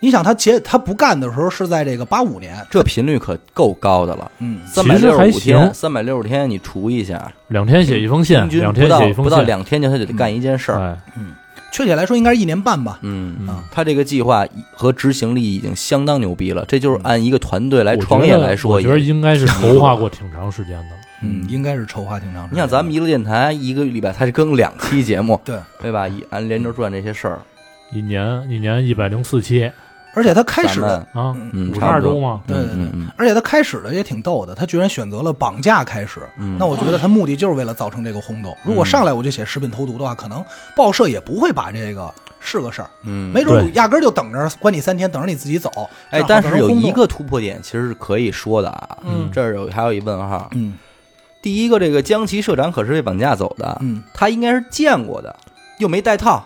[SPEAKER 2] 你想他结他不干的时候是在这个八五年，
[SPEAKER 1] 这频率可够高的了。
[SPEAKER 2] 嗯，
[SPEAKER 1] 三
[SPEAKER 3] 其
[SPEAKER 1] 百
[SPEAKER 3] 实
[SPEAKER 1] 六
[SPEAKER 3] 还
[SPEAKER 1] 十五天，
[SPEAKER 3] 行
[SPEAKER 1] 三百六十天，你除一下，
[SPEAKER 3] 两天写一封信
[SPEAKER 1] 平，均
[SPEAKER 3] 两
[SPEAKER 1] 不
[SPEAKER 3] 天
[SPEAKER 1] 到
[SPEAKER 3] 写一封
[SPEAKER 1] 不到
[SPEAKER 3] 信，
[SPEAKER 1] 两天就他就得干一件事儿。
[SPEAKER 3] 哎，
[SPEAKER 2] 确切来说应该是一年半吧。
[SPEAKER 1] 嗯
[SPEAKER 2] 啊，
[SPEAKER 1] 他这个计划和执行力已经相当牛逼了，这就是按一个团队来
[SPEAKER 3] 嗯我
[SPEAKER 1] 哎创
[SPEAKER 3] 觉
[SPEAKER 1] 业
[SPEAKER 3] 得
[SPEAKER 1] 来说
[SPEAKER 3] 我
[SPEAKER 1] 也，
[SPEAKER 3] 觉得应该是筹划过挺长时间的。
[SPEAKER 2] 嗯，应该是筹划挺长时间。
[SPEAKER 1] 你想，咱们一路电台一个礼拜，它是更两期节目，
[SPEAKER 2] 对，
[SPEAKER 1] 对吧？以按连轴转这些事儿，
[SPEAKER 3] 一年一年一百零四期
[SPEAKER 2] 而且他开
[SPEAKER 1] 咱
[SPEAKER 2] 始的
[SPEAKER 1] 们，
[SPEAKER 3] 啊，
[SPEAKER 1] 嗯，
[SPEAKER 3] 五十
[SPEAKER 1] 差
[SPEAKER 3] 二
[SPEAKER 1] 不多
[SPEAKER 3] 周嘛，
[SPEAKER 2] 对对对，
[SPEAKER 1] 嗯嗯
[SPEAKER 2] 而且他开始的也挺逗的，他居然选择了绑架开始。
[SPEAKER 1] 嗯
[SPEAKER 2] 那我觉得他目的就是为了造成这个轰动。如果上来我就写食品投毒的话，可能报社也不会把这个是个事儿，
[SPEAKER 1] 嗯。
[SPEAKER 2] 没准儿
[SPEAKER 3] 对
[SPEAKER 2] 压根儿就等着关你三天，等着你自己走。
[SPEAKER 1] 哎，
[SPEAKER 2] 正好
[SPEAKER 1] 但是有
[SPEAKER 2] 造成轰
[SPEAKER 1] 一
[SPEAKER 2] 动，
[SPEAKER 1] 个突破点，其实是可以说的啊。
[SPEAKER 2] 嗯
[SPEAKER 1] 这儿有还有一问号。
[SPEAKER 2] 嗯
[SPEAKER 1] 第一个，这个江崎社长可是被绑架走的，
[SPEAKER 2] 嗯，
[SPEAKER 1] 他应该是见过的，又没带套，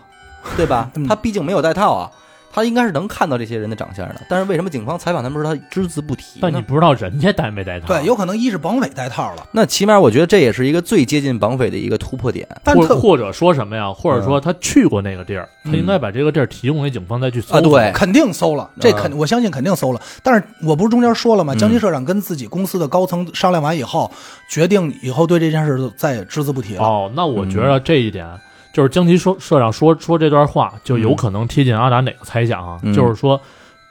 [SPEAKER 1] 对吧
[SPEAKER 2] *laughs* 嗯？
[SPEAKER 1] 他毕竟没有带套啊，他应该是能看到这些人的长相的。但是为什么警方采访他们时候他只字不提
[SPEAKER 3] 但你
[SPEAKER 1] 呢？
[SPEAKER 3] 不知道人家带没带啊套，
[SPEAKER 1] 啊
[SPEAKER 2] 对，有可能一是绑匪带套了，
[SPEAKER 1] 那起码我觉得这也是一个最接近绑匪的一个突破点。
[SPEAKER 2] 但
[SPEAKER 3] 或
[SPEAKER 2] 特
[SPEAKER 3] 或者说什么呀？
[SPEAKER 1] 嗯
[SPEAKER 3] 或者说他去过那个地儿，他应该把这个地儿提供给警方再去搜
[SPEAKER 1] 啊对啊
[SPEAKER 2] 肯定搜了，这肯我相信肯定搜了。但是我不是中间说了吗？
[SPEAKER 1] 嗯
[SPEAKER 2] 江崎社长跟自己公司的高层商量完以后，决定以后对这件事再也只字不提了。
[SPEAKER 3] 哦，那我
[SPEAKER 1] 嗯
[SPEAKER 3] 觉得这一点、就是江崎社社长说说这段话，就有可能贴近阿达哪个猜想啊？
[SPEAKER 1] 嗯
[SPEAKER 3] 就是说，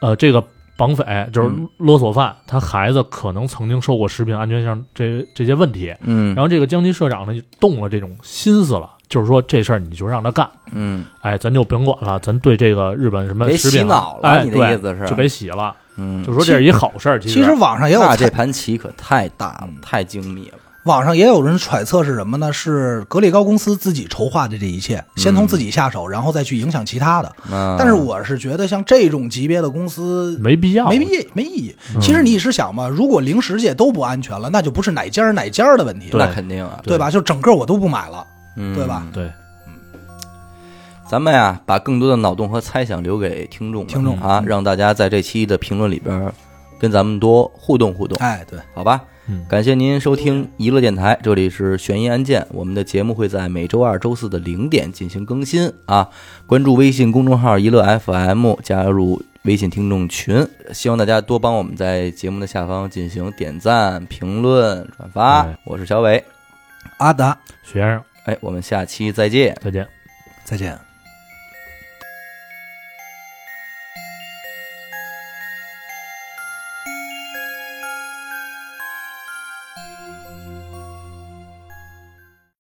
[SPEAKER 3] 呃，这个绑匪就是
[SPEAKER 1] 嗯
[SPEAKER 3] 勒索犯，他孩子可能曾经受过食品安全上这这些问题，
[SPEAKER 1] 嗯
[SPEAKER 3] 然后这个江崎社长呢就动了这种心思了，就是说这事儿你就让他干，
[SPEAKER 1] 嗯
[SPEAKER 3] 哎，咱就甭管了，咱对这个日本什么
[SPEAKER 1] 别
[SPEAKER 3] 食品
[SPEAKER 1] 洗脑了
[SPEAKER 3] 哎，
[SPEAKER 1] 你的
[SPEAKER 3] 对
[SPEAKER 1] 意思是
[SPEAKER 3] 就给洗了，
[SPEAKER 1] 嗯，
[SPEAKER 3] 就说这是一好事儿。
[SPEAKER 2] 其实网上也有
[SPEAKER 1] 那这
[SPEAKER 2] 猜
[SPEAKER 1] 盘棋可太大了，
[SPEAKER 2] 嗯
[SPEAKER 1] 太精密了。
[SPEAKER 2] 网上也有人揣测是什么呢？是格力高公司自己筹划的这一切，先从自己下手，然后再去影响其他的。
[SPEAKER 1] 嗯，
[SPEAKER 2] 但是我是觉得像这种级别的公司。
[SPEAKER 3] 没必要，
[SPEAKER 2] 没意义，没意义。其实你是想嘛，如果零食界都不安全了，那就不是哪家儿哪家儿的问题
[SPEAKER 3] 对
[SPEAKER 2] 了，
[SPEAKER 1] 那肯定啊，
[SPEAKER 2] 对吧？就整个我都不买了，
[SPEAKER 1] 嗯
[SPEAKER 2] 对吧？
[SPEAKER 3] 对，
[SPEAKER 1] 咱们呀，把更多的脑洞和猜想留给听众们，
[SPEAKER 2] 听众
[SPEAKER 1] 啊，让大家在这期的评论里边儿跟咱们多互动互动，
[SPEAKER 2] 哎，对，
[SPEAKER 1] 好吧？
[SPEAKER 3] 嗯，
[SPEAKER 1] 感谢您收听娱乐电台，这里是悬疑案件。我们的节目会在每周二、周四的零点进行更新啊！关注微信公众号“娱乐 FM”，加入微信听众群。希望大家多帮我们在节目的下方进行点赞、评论、转发
[SPEAKER 3] 哎。
[SPEAKER 1] 我是小伟，
[SPEAKER 2] 阿达，
[SPEAKER 3] 学生
[SPEAKER 1] 哎，我们下期再见。
[SPEAKER 3] 再见。
[SPEAKER 2] 再见。